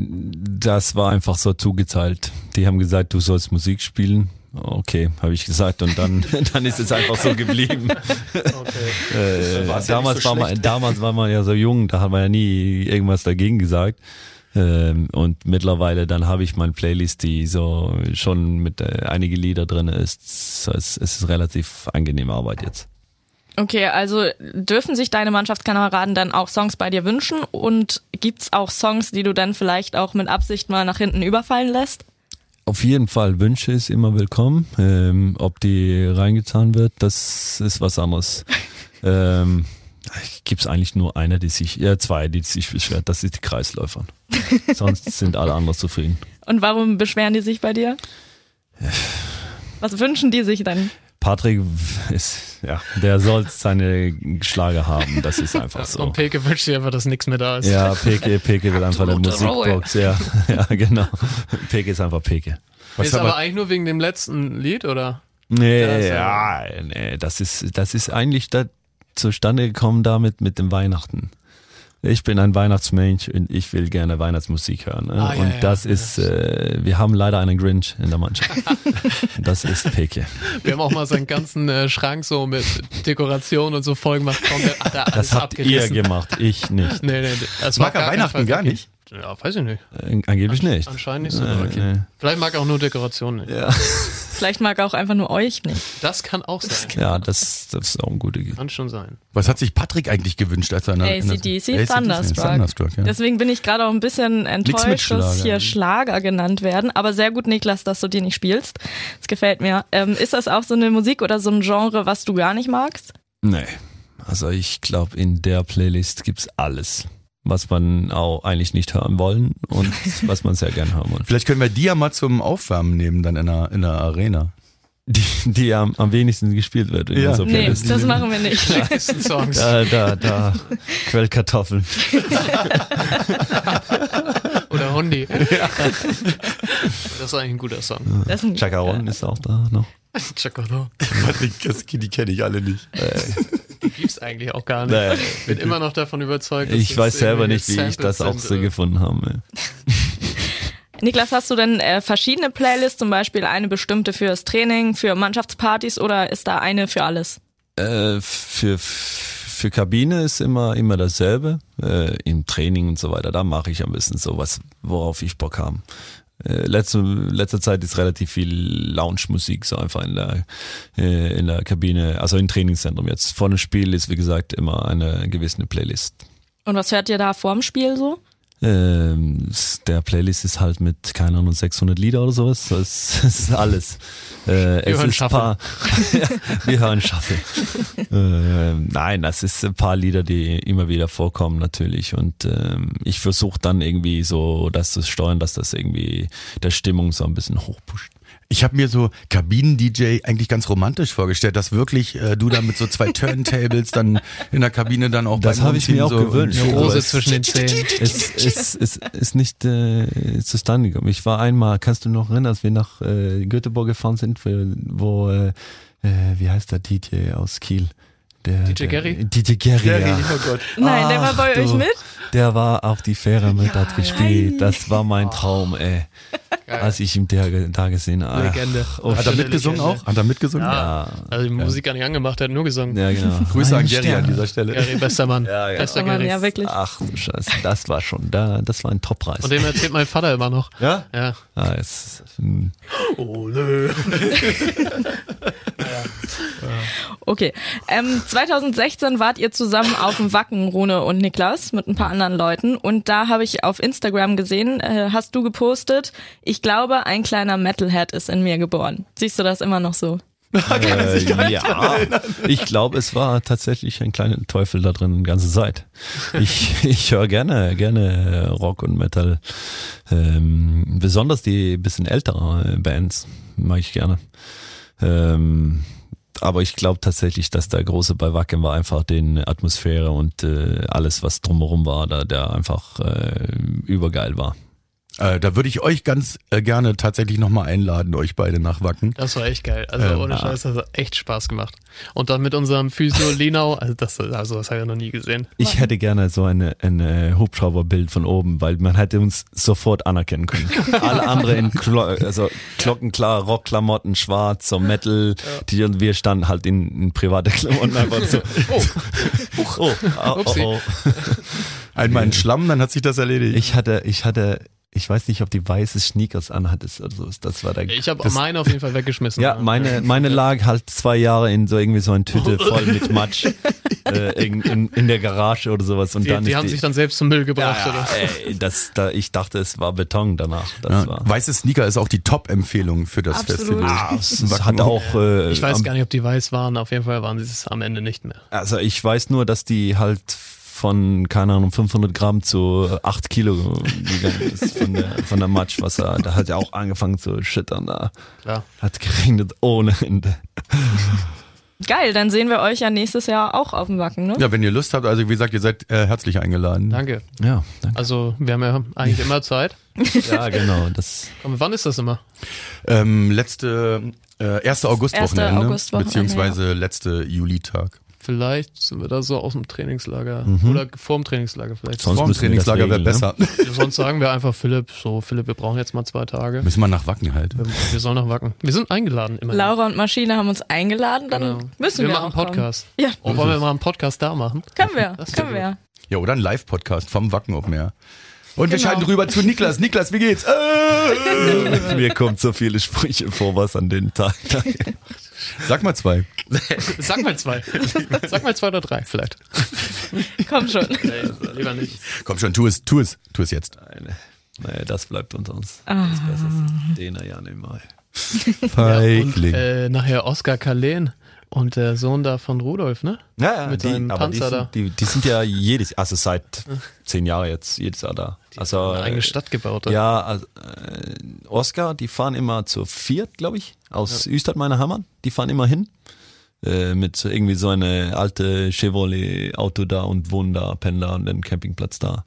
das war einfach so zugeteilt. Die haben gesagt, du sollst Musik spielen. Okay, habe ich gesagt und dann, dann ist es einfach so geblieben. Äh, War's ja damals, nicht so war man, damals war man ja so jung, da hat man ja nie irgendwas dagegen gesagt. Ähm, und mittlerweile dann habe ich meine Playlist, die so schon mit äh, einige Lieder drin ist. So, Es, es ist relativ angenehme Arbeit jetzt. Okay, also dürfen sich deine Mannschaftskameraden dann auch Songs bei dir wünschen und gibt's auch Songs, die du dann vielleicht auch mit Absicht mal nach hinten überfallen lässt? Auf jeden Fall Wünsche ist immer willkommen. Ähm, ob die reingetan wird, das ist was anderes. ähm, Gibt es eigentlich nur eine, die sich, ja zwei, die sich beschwert, das ist die Kreisläufer. Sonst sind alle anderen zufrieden. Und warum beschweren die sich bei dir? Was wünschen die sich dann? Patrick ist, ja, der soll seine Schlager haben, das ist einfach so. Und Peke wünscht dir einfach, dass nichts mehr da ist. Ja, Peke, Peke will einfach eine Absolute Ruhe. Musikbox, ja, ja, genau. Peke ist einfach Peke. ist aber eigentlich nur wegen dem letzten Lied, oder? Das, Nee, äh, ja, nee, das ist, das ist eigentlich da zustande gekommen damit mit dem Weihnachten. Ich bin ein Weihnachtsmensch und ich will gerne Weihnachtsmusik hören. ne? Ah, ja, und ja, das ja. ist, äh, wir haben leider einen Grinch in der Mannschaft. das ist Peke. Wir haben auch mal seinen ganzen äh, Schrank so mit Dekoration und so voll gemacht. Komplett, hat er alles Das habt ihr abgerissen. gemacht, ich nicht. Nee, nee, nee. Das Mag war er gar- Weihnachten gar nicht? Ja, weiß ich nicht. Äh, Angeblich nicht. Anscheinend nicht so. Äh, okay. nee. Vielleicht mag er auch nur Dekoration nicht. Vielleicht mag er auch einfach nur euch nicht. Das kann auch sein. Ja, das, das ist auch ein guter Ge- Kann schon sein. Was hat sich Patrick eigentlich gewünscht, als er an der- an der- ACDC, Thunderstruck. Thunderstruck ja. Deswegen bin ich gerade auch ein bisschen enttäuscht, dass Schlager. ne? hier Schlager genannt werden. Aber sehr gut, Niklas, dass du die nicht spielst. Das gefällt mir. Ähm, ist das auch so eine Musik oder so ein Genre, was du gar nicht magst? Nee. Also ich glaube, in der Playlist gibt's alles, was man auch eigentlich nicht hören wollen und was man sehr gerne hören will. Vielleicht können wir die ja mal zum Aufwärmen nehmen, dann in der, in der Arena. die, die am, am wenigsten gespielt wird. In Ja. unserer Nee, Nee, Playlist. das machen wir nicht. Besten Songs. Da, da, da. Quellkartoffeln. Oder Hondi. Das ist eigentlich ein guter Song. Das ist ein, Chacaron ist auch da noch. Chacolo. Das, die kenne ich alle nicht. Die gibt's eigentlich auch gar nicht. Naja. Ich bin immer noch davon überzeugt. dass Äh, Ich das weiß selber nicht, wie irgendwelche ich das auch Samples so sind, gefunden habe. Niklas, hast du denn äh, verschiedene Playlists, zum Beispiel eine bestimmte fürs Training, für Mannschaftspartys oder ist da eine für alles? Äh, für, für Kabine ist immer, immer dasselbe. Äh, Im Training und so weiter, da mache ich am besten sowas, worauf ich Bock habe. Äh, letzte, letzter Zeit ist relativ viel Lounge-Musik, so einfach in der, äh, in der Kabine, also im Trainingszentrum jetzt. Vor dem Spiel ist, wie gesagt, immer eine gewisse Playlist. Und was hört ihr da vorm Spiel so? Ähm, s- der Playlist ist halt mit, keine Ahnung, 600 Lieder oder sowas. Es, es ist alles. Äh, es hören ist Shuffle. Paar, ja, wir hören Shuffle. ähm, nein, das ist ein paar Lieder, die immer wieder vorkommen natürlich. Und ähm, ich versuche dann irgendwie so, das zu steuern, dass das irgendwie der Stimmung so ein bisschen hochpusht. Ich habe mir so Kabinen-DJ eigentlich ganz romantisch vorgestellt, dass wirklich äh, du dann mit so zwei Turntables dann in der Kabine dann auch Das beim habe ich mir Umziehen auch so gewünscht. Eine Aber Rose es- zwischen den Zähnen. Es ist, ist, ist nicht äh, zustande gekommen. Ich war einmal, kannst du noch erinnern, als wir nach äh, Göteborg gefahren sind, wo- wo, äh, äh, wie heißt der DJ aus Kiel? Der, DJ der, Gerry? DJ Gerry, ja. Oh Gott. Nein, der war bei Ach, euch du, mit? Der war auf die Fähre mit, hat gespielt. Das war Oh. mein Traum, ey. Geil. Als ich ihn da, ge- da gesehen habe. Legende. Oh, Hat er mitgesungen auch? Hat er mitgesungen? Ja. Also die Musik gar nicht angemacht, der hat nur gesungen. Ja, genau. Grüße an Ein Jerry Stern. an dieser Stelle. Gary, bester Mann. Ja, ja. Bester Oh Mann, Gary. ja, wirklich. Ach du Scheiße, das war schon, da, das war ein Toppreis. Und dem erzählt mein Vater immer noch. ja? Ja. Ah, es, hm. Okay. Ähm, 2016 wart ihr zusammen auf dem Wacken, Rune und Niklas, mit ein paar anderen Leuten. Und da habe ich auf Instagram gesehen, äh, hast du gepostet, ich glaube, ein kleiner Metalhead ist in mir geboren. Siehst du das immer noch so? Äh, ja, ich glaube, es war tatsächlich ein kleiner Teufel da drin die ganze Zeit. Ich, ich höre gerne, gerne äh, Rock und Metal. Ähm, besonders die bisschen älteren Bands mag ich gerne. Ähm, aber ich glaube tatsächlich, dass der große bei Wacken war einfach den Atmosphäre und äh, alles, was drumherum war, da, der einfach äh, übergeil war. Äh, da würde ich euch ganz äh, gerne tatsächlich nochmal einladen, euch beide nach Wacken. Das war echt geil. Also Ähm, ohne Scheiß, das hat echt Spaß gemacht. Und dann mit unserem Physio Lenau, also das, also das habe ich noch nie gesehen. Ich hätte gerne so eine, ein äh, Hubschrauberbild von oben, weil man hätte uns sofort anerkennen können. Alle anderen in Klo also glockenklar, Rockklamotten, schwarz, so Metal. Die, und wir standen halt in, in private Klamotten einfach so. Oh, oh, oh, oh, Upsi. oh. Einmal in Schlamm, dann hat sich das erledigt. Ich hatte, ich hatte, ich weiß nicht, ob die weiße Sneakers anhattest oder so. Das war der Ich habe das- meine auf jeden Fall weggeschmissen. ja, meine, meine lag halt zwei Jahre in so irgendwie so einer Tüte voll mit Matsch äh, in, in, in der Garage oder sowas und Die, dann die ist haben die, sich dann selbst zum Müll gebracht. Ja, Oder? ey, das, da, ich dachte, es war Beton danach. Das ja, war. Äh, weiße Sneaker ist auch die Top-Empfehlung für das Absolut. Festival. Ah, Es hat auch, äh, Ich weiß am- gar nicht, ob die weiß waren. Auf jeden Fall waren sie es am Ende nicht mehr. also ich weiß nur, dass die halt von, keine Ahnung, 500 Gramm zu 8 Kilo gegangen ist von der, von der Matschwasser. Da hat ja auch angefangen zu schüttern da. Klar. Hat geregnet ohne Ende. Geil, dann sehen wir euch ja nächstes Jahr auch auf dem Wacken, ne? Ja, wenn ihr Lust habt, also wie gesagt, ihr seid äh, herzlich eingeladen. Danke. Ja, danke. Also wir haben ja eigentlich immer Zeit. Ja, genau. Das, Komm, wann ist das immer? Ähm, letzte äh, 1. August-Wochenende, August-Wochenende, beziehungsweise letzte Julitag. Vielleicht sind wir da so aus dem Trainingslager oder vorm Trainingslager vielleicht. Mhm. Sonst- Vorm müssen wir das Trainingslager wäre regeln, ne? besser. Sonst sagen wir einfach Philipp, so Philipp, wir brauchen jetzt mal zwei Tage. Müssen wir nach Wacken halt. Wir sollen noch wacken. Wir sind eingeladen immerhin. Laura und Maschine haben uns eingeladen, dann Genau. müssen wir, wir machen auch kommen. Podcast. Ja, Oh, wollen wir mal einen Podcast da machen? können wir, Das ist können ja wir. Ja, oder ein Live-Podcast vom Wacken auf Meer. Und wir Genau. schalten rüber zu Niklas. Niklas, wie geht's? Äh, mir kommt so viele Sprüche vor, was an den Tag. sag mal zwei. Sag mal zwei. Sag mal zwei oder drei vielleicht. Komm schon. Nee, lieber nicht. Komm schon, tu es, tu es, tu es jetzt. Nein, nee, das bleibt unter uns. Das ist besser. Den ja nicht mal. Und Feigling. äh, nachher Oskar Kalen und der Sohn da von Rudolf, ne? Ja, ja, Mit die, seinem aber die Panzer da. sind, die, die sind ja jedes, also seit zehn Jahren jetzt, jedes Jahr da. Also, Eine eigene Stadt gebaut. äh, hat. Ja, also, äh, Oscar, die fahren immer zu viert, glaube ich, aus ja. Üstad meiner Hammern. Die fahren immer hin äh, mit so irgendwie so eine alte Chevrolet Auto da und wohnen da, pennen da und den Campingplatz da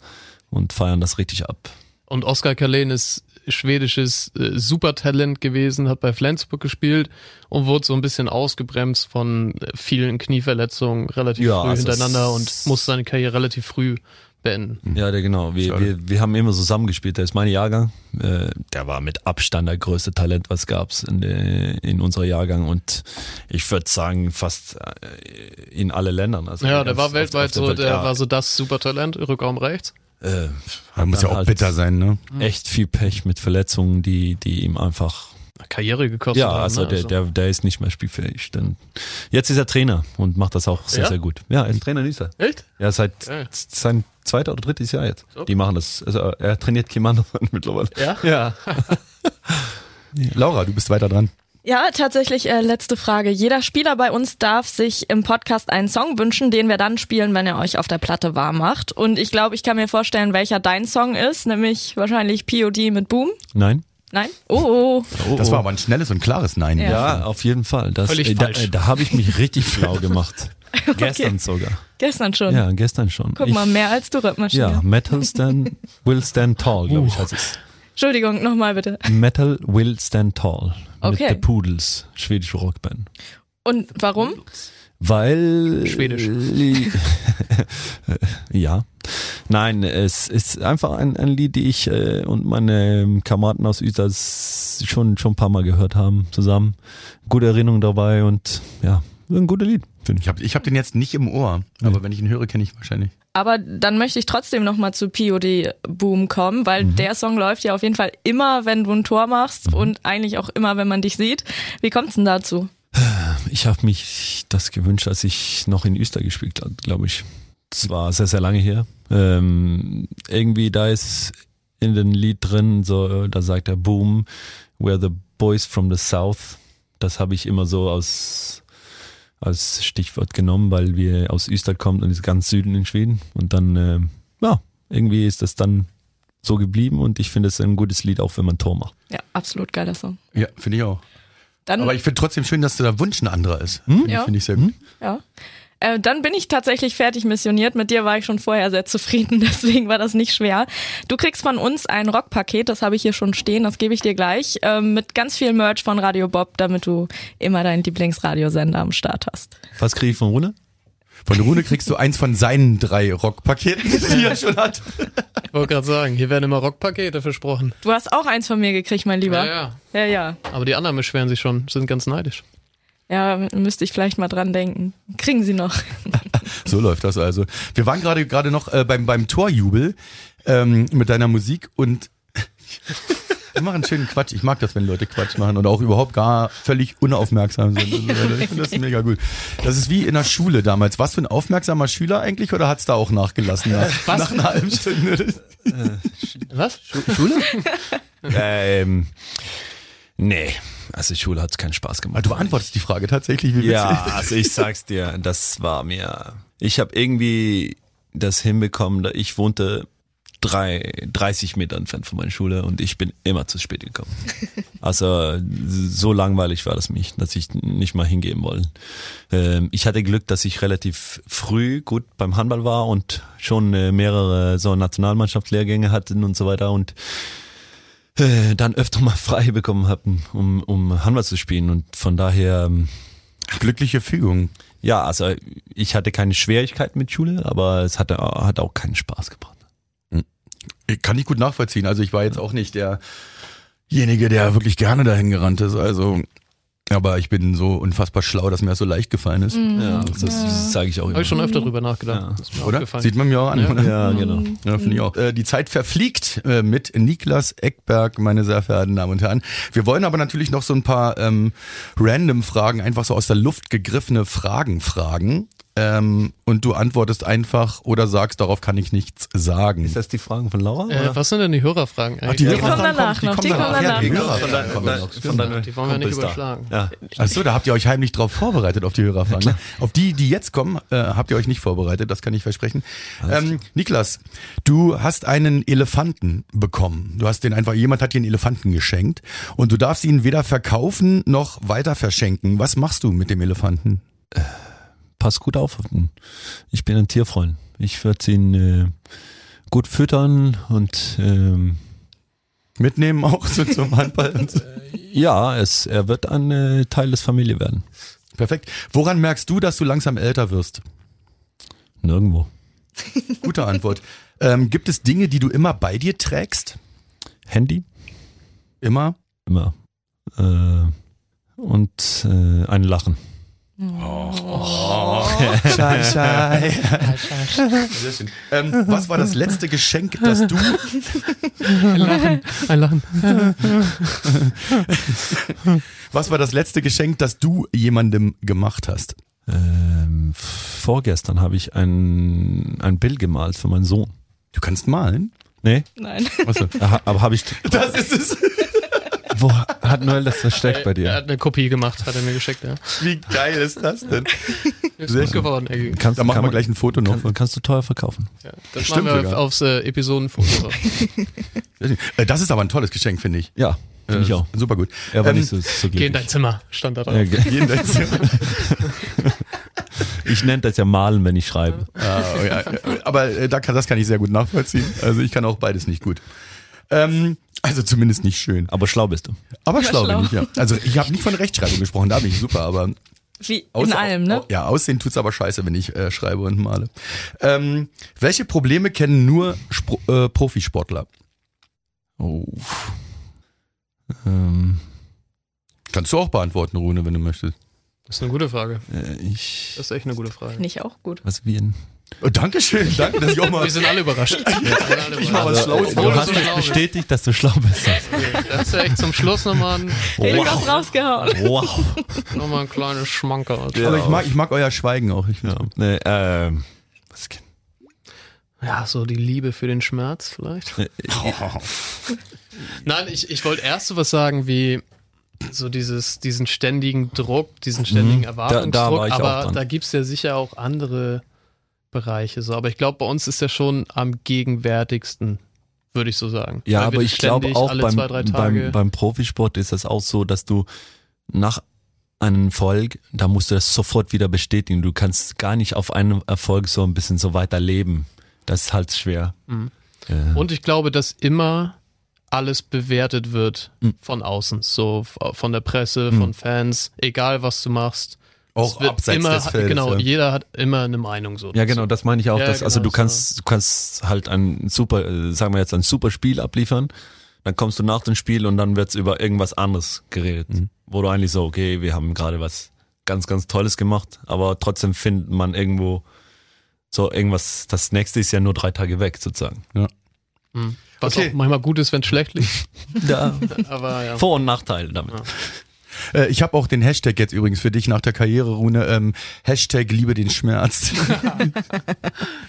und feiern das richtig ab. Und Oskar Kalén ist schwedisches äh, Supertalent gewesen, hat bei Flensburg gespielt und wurde so ein bisschen ausgebremst von äh, vielen Knieverletzungen relativ Ja, früh also hintereinander es- und musste seine Karriere relativ früh beenden. Ja, der genau. Wir, Schade. wir, wir haben immer zusammengespielt. Der ist mein Jahrgang. Äh, der war mit Abstand der größte Talent, was gab's in, äh, in unserer Jahrgang. Und ich würde sagen, fast äh, in alle Ländern. Also Ja, der ganz war auf- weltweit auf der so, Welt, der ja. war so das Supertalent, Rückraum rechts. Äh, Ja, muss ja dann auch halt bitter sein, ne? Echt viel Pech mit Verletzungen, die, die ihm einfach. Karriere gekostet Ja, haben, also ne? der, der, der ist nicht mehr spielfähig. Dann, jetzt ist er Trainer und macht das auch sehr, Ja? sehr gut. Ja, er ist Trainer, ist er. Echt? Ja, seit Geil. sein zweiter oder drittes Jahr jetzt. So. Die machen das. Also er trainiert Kim Anderson mittlerweile. Ja? Ja. Laura, du bist weiter dran. Ja, tatsächlich äh, letzte Frage. Jeder Spieler bei uns darf sich im Podcast einen Song wünschen, den wir dann spielen, wenn er euch auf der Platte warm macht. Und ich glaube, ich kann mir vorstellen, welcher dein Song ist, nämlich wahrscheinlich POD mit Boom. Nein? Nein? Oh, oh. Oh, Das oh. war aber ein schnelles und klares Nein. Ja, auf jeden Fall. Das, Völlig äh, da falsch. äh, da habe ich mich richtig flau gemacht. Gestern sogar. gestern schon. Ja, gestern schon. Guck ich, mal, mehr als du Rhythmaschine. Ja, Metal stand, will stand tall, glaube Uh. ich, heißt es. Entschuldigung, nochmal bitte. Metal will stand tall. Okay. Mit The Poodles, schwedische Rockband. Und warum? Weil. Schwedisch. ja. Nein, es ist einfach ein, ein Lied, die ich äh, und meine Kameraden aus Üsas schon, schon ein paar Mal gehört haben zusammen. Gute Erinnerung dabei und ja, ein gutes Lied, finde ich. Ich habe ich hab den jetzt nicht im Ohr, aber wenn ich ihn höre, kenne ich ihn wahrscheinlich. Aber dann möchte ich trotzdem nochmal zu POD Boom kommen, weil Mhm. der Song läuft ja auf jeden Fall immer, wenn du ein Tor machst und eigentlich auch immer, wenn man dich sieht. Wie kommt's denn dazu? Ich habe mich das gewünscht, als ich noch in Öster gespielt habe, glaube ich. Das war sehr, sehr lange her. Ähm, irgendwie da ist in dem Lied drin, so, da sagt er Boom, we're the boys from the South. Das habe ich immer so aus, als Stichwort genommen, weil wir aus Öster kommen und ist ganz Süden in Schweden. Und dann, ähm, ja, irgendwie ist das dann so geblieben und ich finde es ist ein gutes Lied, auch wenn man Tor macht. Ja, absolut geiler Song. Ja, finde ich auch. Dann, Aber ich finde trotzdem schön, dass der Wunsch ein anderer ist. Finde Hm. Ja. ich, find ich sehr gut. ja. äh, dann bin ich tatsächlich fertig missioniert. Mit dir war ich schon vorher sehr zufrieden, deswegen war das nicht schwer. Du kriegst von uns ein Rockpaket, das habe ich hier schon stehen, das gebe ich dir gleich, ähm, mit ganz viel Merch von Radio Bob, damit du immer deinen Lieblingsradiosender am Start hast. Was kriege ich von Rune? Von Rune kriegst du eins von seinen drei Rockpaketen, die er schon hat. Ich wollte gerade sagen, hier werden immer Rockpakete versprochen. Du hast auch eins von mir gekriegt, mein Lieber. ja. ja. ja. Aber die anderen beschweren sich schon, sind ganz neidisch. Ja, müsste ich vielleicht mal dran denken. Kriegen sie noch. So läuft das also. Wir waren gerade gerade noch äh, beim, beim Torjubel ähm, mit deiner Musik und wir machen schönen Quatsch. Ich mag das, wenn Leute Quatsch machen und auch überhaupt gar völlig unaufmerksam sind. und so weiter. Ich finde das mega gut. Das ist wie in der Schule damals. Warst du ein aufmerksamer Schüler eigentlich oder hat's da auch nachgelassen? Nach, nach einer halben Stunde. Was? Schule? ähm, nee, also Schule hat keinen Spaß gemacht. Ah, Du beantwortest die Frage tatsächlich. Wie Ja, witzig. also ich sag's dir, das war mir. Ich habe irgendwie das hinbekommen, da ich wohnte drei, 30 Meter entfernt von meiner Schule und ich bin immer zu spät gekommen. Also so langweilig war das mich, dass ich nicht mal hingehen wollte. Ähm, ich hatte Glück, dass ich relativ früh gut beim Handball war und schon äh, mehrere so Nationalmannschaftslehrgänge hatten und so weiter und äh, dann öfter mal frei bekommen hatten, um, um Handball zu spielen. Und von daher ähm, Glückliche Fügung. ja, also ich hatte keine Schwierigkeiten mit Schule, aber es hatte, hat auch keinen Spaß gebracht. Ich Kann ich gut nachvollziehen. Also ich war jetzt auch nicht derjenige, der wirklich gerne dahin gerannt ist. Also, aber ich bin so unfassbar schlau, dass mir das so leicht gefallen ist. Mhm. Ja, das, das sage ich auch Habe immer. ich schon öfter drüber nachgedacht. Ist mir Oder? aufgefallen. Sieht man mir auch an. Ja. Oder? Ja, genau. Mhm. Ja, finde ich auch. Äh, die Zeit verfliegt äh, mit Niklas Eckberg, meine sehr verehrten Damen und Herren. Wir wollen aber natürlich noch so ein paar ähm, random Fragen, einfach so aus der Luft gegriffene Fragen fragen. Ähm, und du antwortest einfach oder sagst, darauf kann ich nichts sagen. Ist das die Frage von Laura? äh, was sind denn die Hörerfragen eigentlich? Hörerfragen- kommen danach noch, die kommen Ja, die danach Hörer- Von deinem- von deinem- von deinem Die wollen wir nicht Kumpel ist da. überschlagen. Ja. Achso, da habt ihr euch heimlich drauf vorbereitet auf die Hörerfragen. ne? auf die, die jetzt kommen, äh, habt ihr euch nicht vorbereitet, das kann ich versprechen. Ähm, Niklas, du hast einen Elefanten bekommen. Du hast den einfach, jemand hat dir einen Elefanten geschenkt und du darfst ihn weder verkaufen noch weiter verschenken. Was machst du mit dem Elefanten? Pass gut auf. auf ihn. Ich bin ein Tierfreund. Ich werde ihn äh, gut füttern und ähm, mitnehmen auch so zum Handball. Und so. Ja, es, er wird ein äh, Teil des Familie werden. Perfekt. Woran merkst du, dass du langsam älter wirst? Nirgendwo. Gute Antwort. Ähm, gibt es Dinge, die du immer bei dir trägst? Handy? Immer? Immer. Äh, und äh, ein Lachen. Schei, schei. Sehr schön. Ähm, was war das letzte Geschenk, das du Ein Lachen. Ein Lachen. Was war das letzte Geschenk, das du jemandem gemacht hast? Ähm, vorgestern habe ich ein, ein Bild gemalt für meinen Sohn. Du kannst malen. Nee? Nein. Also, aber habe ich. Das ist es. Wo hat Noel das versteckt bei Er dir? hat eine Kopie gemacht, hat er mir geschickt, ja. Wie geil ist das denn? Ist Sehr gut schön. geworden, Eggy. Kannst, Da machen kann wir man- gleich ein Foto noch. Kann, kannst du teuer verkaufen. Ja. Das Stimmt machen wir sogar. aufs äh, Episodenfoto. drauf. Äh, Das ist aber ein tolles Geschenk, finde ich. Ja, finde ich Äh, auch. Super gut. Er war Ähm, nicht so, so Geh in glücklich. dein Zimmer, stand da drauf. Äh, ge- jeden Tag- Ich nenne das ja malen, wenn ich schreibe. Ah, ja, ja. Aber äh, da kann, das kann ich sehr gut nachvollziehen. Also ich kann auch beides nicht gut. Ähm, also zumindest nicht schön. Aber schlau bist du. Aber schlau schlau. bin ich, ja. Also ich habe nicht von Rechtschreibung gesprochen, da bin ich super, aber Wie in Außer- allem, ne? au- Ja, aussehen tut's aber scheiße, wenn ich äh, schreibe und male. Ähm, welche Probleme kennen nur Spro äh, Profisportler? Oh. Ähm, Kannst du auch beantworten, Rune, wenn du möchtest. Das ist eine gute Frage. äh, ich. Das ist echt eine gute Frage. Finde ich auch gut. Was wie ein. Oh, Dankeschön, danke, dass ich auch mal. Wir sind alle überrascht. Ich mach was Schlaues. Obwohl Also, Du du hast so mich schlau bist. bestätigt, dass du schlau bist. Da hast du echt zum Schluss nochmal ein, Hätte ich was rausgehauen. Wow. noch mal ein kleines Schmankerl. Aber ich mag, ich mag euer Schweigen auch. Ich Ja. Nee, ähm, was kenn- Ja, so die Liebe für den Schmerz vielleicht. Nein, ich, ich wollte erst so was sagen wie so dieses, diesen ständigen Druck, diesen ständigen Erwartungsdruck, Mhm. war ich auch aber dran. da gibt's ja sicher auch andere Bereiche so. Aber ich glaube, bei uns ist der schon am gegenwärtigsten, würde ich so sagen. Ja, Weil wir aber ich glaube ständig auch alle beim, zwei, drei Tage. beim, beim Profisport ist das auch so, dass du nach einem Erfolg, da musst du das sofort wieder bestätigen. Du kannst gar nicht auf einen Erfolg so ein bisschen so weiterleben. Das ist halt schwer. Mhm. Äh, Und ich glaube, dass immer alles bewertet wird Mhm. von außen, so f- von der Presse, von Fans, egal was du machst. Auch Es wird abseits immer, des Feldes. Genau, ja. jeder hat immer eine Meinung so. ja, dazu. genau, das meine ich auch. Ja, dass, also genau, du kannst, du kannst halt ein super, äh, sagen wir jetzt ein super Spiel abliefern. Dann kommst du nach dem Spiel und dann wird's über irgendwas anderes geredet. Wo du eigentlich so, okay, wir haben gerade was ganz, ganz Tolles gemacht, aber trotzdem findet man irgendwo so irgendwas, das nächste ist ja nur drei Tage weg sozusagen. Mhm. Was Okay. auch manchmal gut ist, wenn es schlecht liegt. Ja. Aber ja. Vor- und Nachteile damit. Äh, ich habe auch den Hashtag jetzt übrigens für dich nach der Karriere, Rune. Ähm, Hashtag liebe den Schmerz.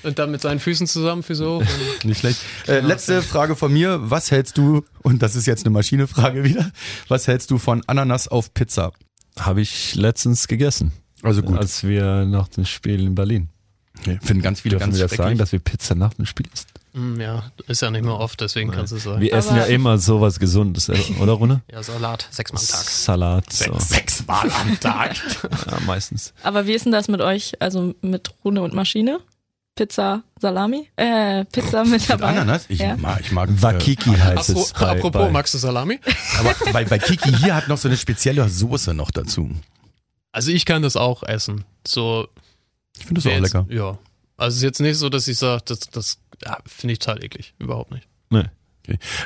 Und dann mit seinen Füßen zusammen, für so. Nicht schlecht. Äh, letzte Frage von mir. Was hältst du, und das ist jetzt eine Maschinefrage wieder, was hältst du von Ananas auf Pizza? Habe ich letztens gegessen, Also gut. als wir nach dem Spiel in Berlin. Finden ganz viele Dürfen ganz wir das sagen, schrecklich. dass wir Pizza nach dem Spiel essen? Hm, ja, ist ja nicht mehr oft, deswegen kannst du es sagen. Wir essen ja Aber- immer sowas Gesundes, äh, oder Rune? Ja, Salat, sechsmal am Tag. Salat. So. Sechsmal am Tag. Ja, meistens. Aber wie ist denn das mit euch? Also mit Rune und Maschine? Pizza, Salami? Äh, Pizza mit Mit dabei. Ananas? Ich, Ja. mag, ich mag. Wakiki heißt es. Bei, apropos, bei, magst du Salami? Äh, aber bei, bei Kiki hier hat noch so eine spezielle Soße noch dazu. Also ich kann das auch essen. So, Ich finde das wär auch jetzt, lecker. Ja. Also es ist jetzt nicht so, dass ich sage, das, das ja, finde ich total eklig. Überhaupt nicht.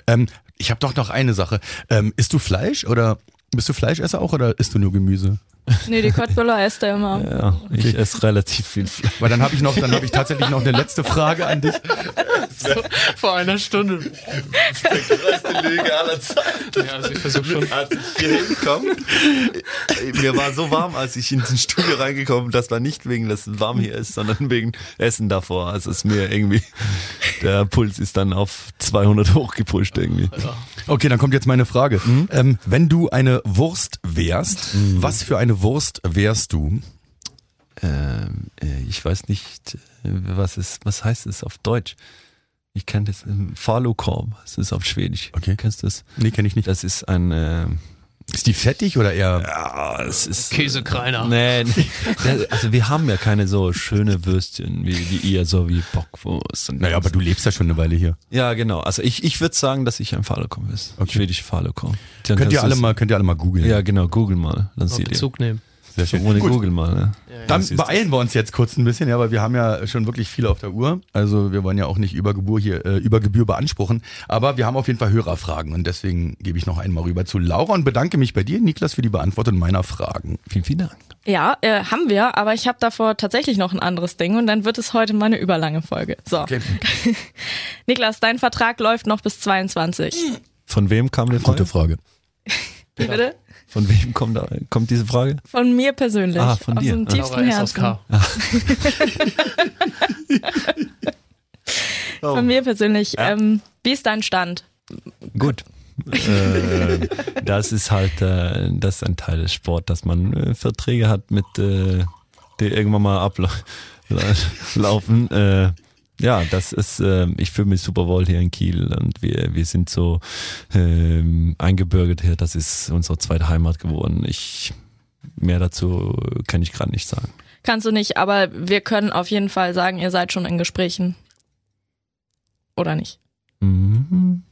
Ähm, ich habe doch noch eine Sache. Ähm, isst du Fleisch oder bist du Fleischesser auch oder isst du nur Gemüse? Nee, die Kottböller isst er immer. ja, ich esse relativ viel Fleisch. Weil dann habe ich noch, dann habe ich tatsächlich noch eine letzte Frage an dich. Vor einer Stunde. Ja, also ich versuche schon. als ich hier hinkomme. Mir war so warm, als ich in den Studio reingekommen bin, das war nicht wegen, dass es warm hier ist, sondern wegen Essen davor. Also es ist mir irgendwie, der Puls ist dann auf 200 hochgepusht irgendwie. Okay, dann kommt jetzt meine Frage. Ähm, wenn du eine Wurst wärst, was für eine Wurst wärst du? Ähm, äh, ich weiß nicht, äh, was es, was heißt es auf Deutsch? Ich kenne das, ähm, Falukorb, es ist auf Schwedisch. Okay. Kennst du das? Nee, kenne ich nicht. Das ist ein, äh, Ist die fettig oder eher? Ja, es ist. Käsekreiner. Nee, nee. Das- Also wir haben ja keine so schöne Würstchen wie, wie ihr, so wie Bockwurst. Und Naja, aber du lebst ja schon eine Weile hier. ja, genau. Also ich, ich würde sagen, dass ich ein Falokom ist. Okay. Schwedische Falokom. Dann Könnt kannst ihr alle du's- mal, könnt ihr alle mal googeln. Ja, genau. Google mal. Dann Mal seht ihr. Bezug nehmen. Sehr So, schön. ohne Gut. Google mal. Ne? Dann Das ist- beeilen wir uns jetzt kurz ein bisschen, ja, weil wir haben ja schon wirklich viel auf der Uhr. Also wir wollen ja auch nicht über Gebühr hier äh, über Gebühr beanspruchen, aber wir haben auf jeden Fall Hörerfragen und deswegen gebe ich noch einmal rüber zu Laura und bedanke mich bei dir, Niklas, für die Beantwortung meiner Fragen. Vielen, vielen Dank. Ja, äh, haben wir, aber ich habe davor tatsächlich noch ein anderes Ding und dann wird es heute mal eine überlange Folge. So. Niklas, dein Vertrag läuft noch bis 22. Von wem kam der Gute Frage? Frage. Wie Bitte? Von wem kommt, da, kommt diese Frage? Von mir persönlich. Ah, von aus dir. dem Ah. tiefsten Laura S. aus Herzen. K. Von mir persönlich. Ähm, wie ist dein Stand? Gut. äh, das ist halt äh, das ist ein Teil des Sports, dass man äh, Verträge hat mit äh, die irgendwann mal ablaufen. Äh, ja, das ist, äh, ich fühle mich super wohl hier in Kiel und wir, wir sind so ähm, eingebürgert hier, das ist unsere zweite Heimat geworden. Ich mehr dazu kann ich gerade nicht sagen. Kannst du nicht, aber wir können auf jeden Fall sagen, ihr seid schon in Gesprächen. Oder nicht? Mhm.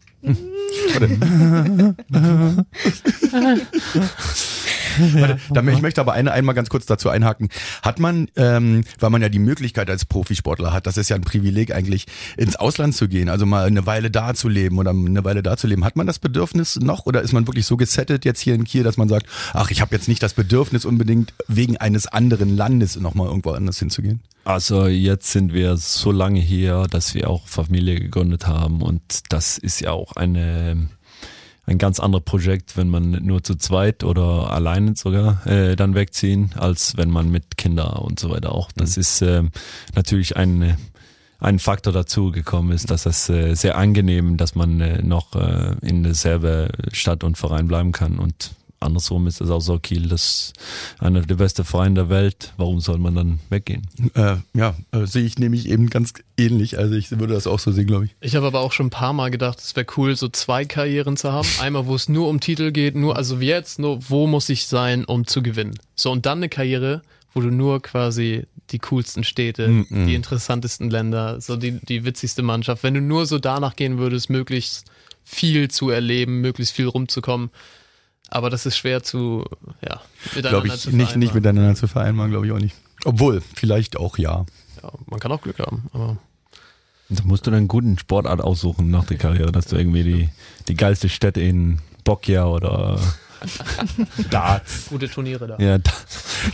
Warte, da, ich möchte aber eine, einmal ganz kurz dazu einhaken. Hat man, ähm, weil man ja die Möglichkeit als Profisportler hat, das ist ja ein Privileg eigentlich, ins Ausland zu gehen, also mal eine Weile da zu leben oder eine Weile da zu leben. Hat man das Bedürfnis noch oder ist man wirklich so gesettelt jetzt hier in Kiel, dass man sagt, ach, ich habe jetzt nicht das Bedürfnis unbedingt wegen eines anderen Landes nochmal irgendwo anders hinzugehen? Also jetzt sind wir so lange hier, dass wir auch Familie gegründet haben und das ist ja auch eine, ein ganz anderes Projekt, wenn man nur zu zweit oder alleine sogar äh, dann wegziehen, als wenn man mit Kindern und so weiter auch. Das ist ähm, natürlich ein, äh, ein Faktor dazu gekommen ist, dass das äh, sehr angenehm, dass man äh, noch äh, in derselbe Stadt und Verein bleiben kann und Andersrum ist es auch so, Kiel, das ist einer der besten Vereine der Welt. Warum soll man dann weggehen? Äh, ja, äh, sehe ich nämlich eben ganz ähnlich. Also ich würde das auch so sehen, glaube ich. Ich habe aber auch schon ein paar Mal gedacht, es wäre cool, so zwei Karrieren zu haben. Einmal, wo es nur um Titel geht, nur, also wie jetzt, nur, wo muss ich sein, um zu gewinnen. So, und dann eine Karriere, wo du nur quasi die coolsten Städte, Mhm. die interessantesten Länder, so die, die witzigste Mannschaft. Wenn du nur so danach gehen würdest, möglichst viel zu erleben, möglichst viel rumzukommen. Aber das ist schwer zu, ja, Glaube miteinander ich zu nicht, nicht vereinbaren. miteinander zu vereinbaren, glaube ich auch nicht. Obwohl, vielleicht auch ja. ja, Man kann auch Glück haben, aber. Da musst du dann einen guten Sportart aussuchen nach der Karriere, dass du irgendwie die, die geilste Stätte in Boccia oder Darts. Gute Turniere da. ja, da-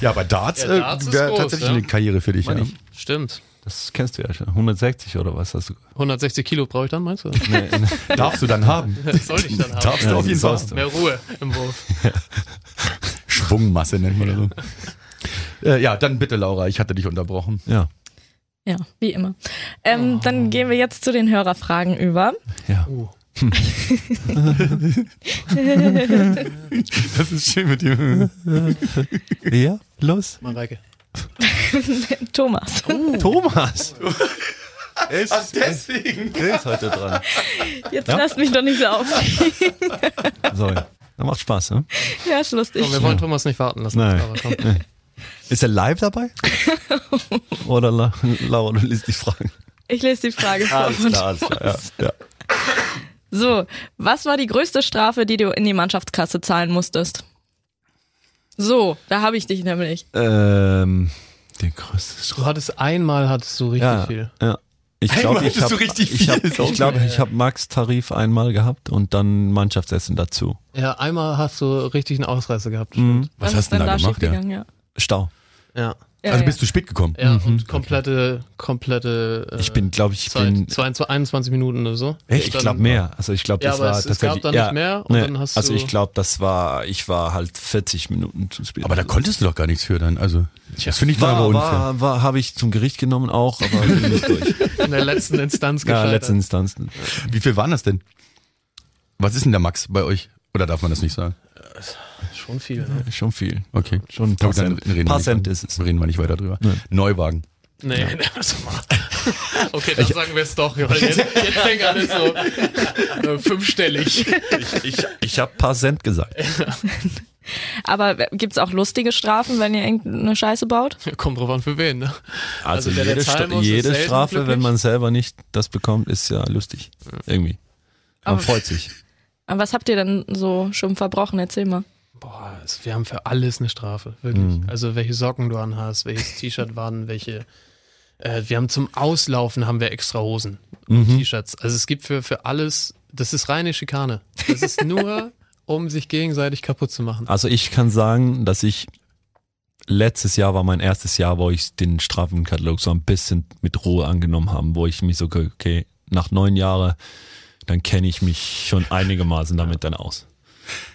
Ja, aber Darts, Ja, Darts äh, ist wäre groß, tatsächlich ja. eine Karriere für dich. Ja. Meine ich. Stimmt. das kennst du ja schon. 160 oder was hast du? 160 Kilo brauche ich dann, meinst du? Darfst du dann haben. Soll ich dann haben. Darfst du Ja, auf jeden Fall. sollst Mehr Ruhe im Wurf. Schwungmasse nennt man das so. Äh, ja, dann bitte, Laura, ich hatte dich unterbrochen. Ja, Ja, wie immer. Ähm, Dann gehen wir jetzt zu den Hörerfragen über. ja. Das ist schön mit dir. Ja, los. Mareike. Thomas. Uh. Thomas. Ist, Ach, deswegen. ist heute dran. Jetzt Ja? lasst mich doch nicht so auf. So, ja. Dann macht Spaß, ne? ja, ist lustig. Komm, wir wollen Thomas nicht warten lassen. Nein. Aber komm. Ist er live dabei? Oder La Laura, du liest die Fragen. Ich lese die Frage vor. alles klar. also. Ja, ja. So, was war die größte Strafe, die du in die Mannschaftskasse zahlen musstest? So, da habe ich dich nämlich. Ähm, der größte Du hattest einmal hattest du richtig viel. Ja. Ich glaube, ich hattest habe du richtig ich hab, viel. ich glaub, ich hab Max Tarif einmal gehabt und dann Mannschaftsessen dazu. Ja, einmal hast du richtig einen Ausreißer gehabt. Mhm. Was ist hast du denn da dann gemacht? Ja? schiefgegangen, ja. Stau. Ja. Ja, Also ja. bist du spät gekommen. Ja, und komplette, komplette. Äh, Mhm. Ich bin, glaube ich, Zeit. bin Zwei- zwei- 21 Minuten oder so. Echt? Und Ich dann- glaube mehr. Also ich glaube, Ja, das aber war es- es tatsächlich. gab dann ja, nicht mehr und dann hast also du- ich glaube, das war, ich war halt 40 Minuten zu spät. Also Aber da konntest du doch gar nichts für dann. Also, das finde ich dann aber war, unfair. war, war, habe ich zum Gericht genommen auch, aber bin nicht durch. In der letzten Instanz Ja, gescheitert. letzte Instanz. Wie viel waren das denn? Was ist denn der Max bei euch? Oder darf man das nicht sagen? Schon viel. Ne? Äh, Schon viel. Okay. Schon ein paar Gut, dann Cent. reden wir Paar nicht Cent dran. ist es. Reden wir nicht weiter drüber. Neuwagen. Nee, das war- Okay, dann sagen wir es doch, weil jetzt, jetzt fängt alles so äh, fünfstellig. Ich, ich, ich habe paar Cent gesagt. Aber gibt's auch lustige Strafen, wenn ihr irgendeine Scheiße baut? Kommt drauf an, für wen, ne? Also Also, der, der jede, zahlen Stra- muss, ist jede selten Strafe, wenn glücklich. man selber nicht das bekommt, ist ja lustig. Irgendwie. Man Aber- freut sich. Aber was habt ihr denn so schon verbrochen? Erzähl mal. Boah, es- wir haben für alles eine Strafe, Mhm. wirklich. Also welche Socken du anhast, welches T-Shirt waren, welche. Äh, wir haben zum Auslaufen haben wir extra Hosen Mhm. und T-Shirts. Also es gibt für, für alles, das ist reine Schikane. Das ist nur, um sich gegenseitig kaputt zu machen. Also ich kann sagen, dass ich letztes Jahr war mein erstes Jahr, wo ich den Strafenkatalog so ein bisschen mit Ruhe angenommen habe, wo ich mich so, okay, nach neun Jahren, dann kenne ich mich schon einigermaßen damit dann aus.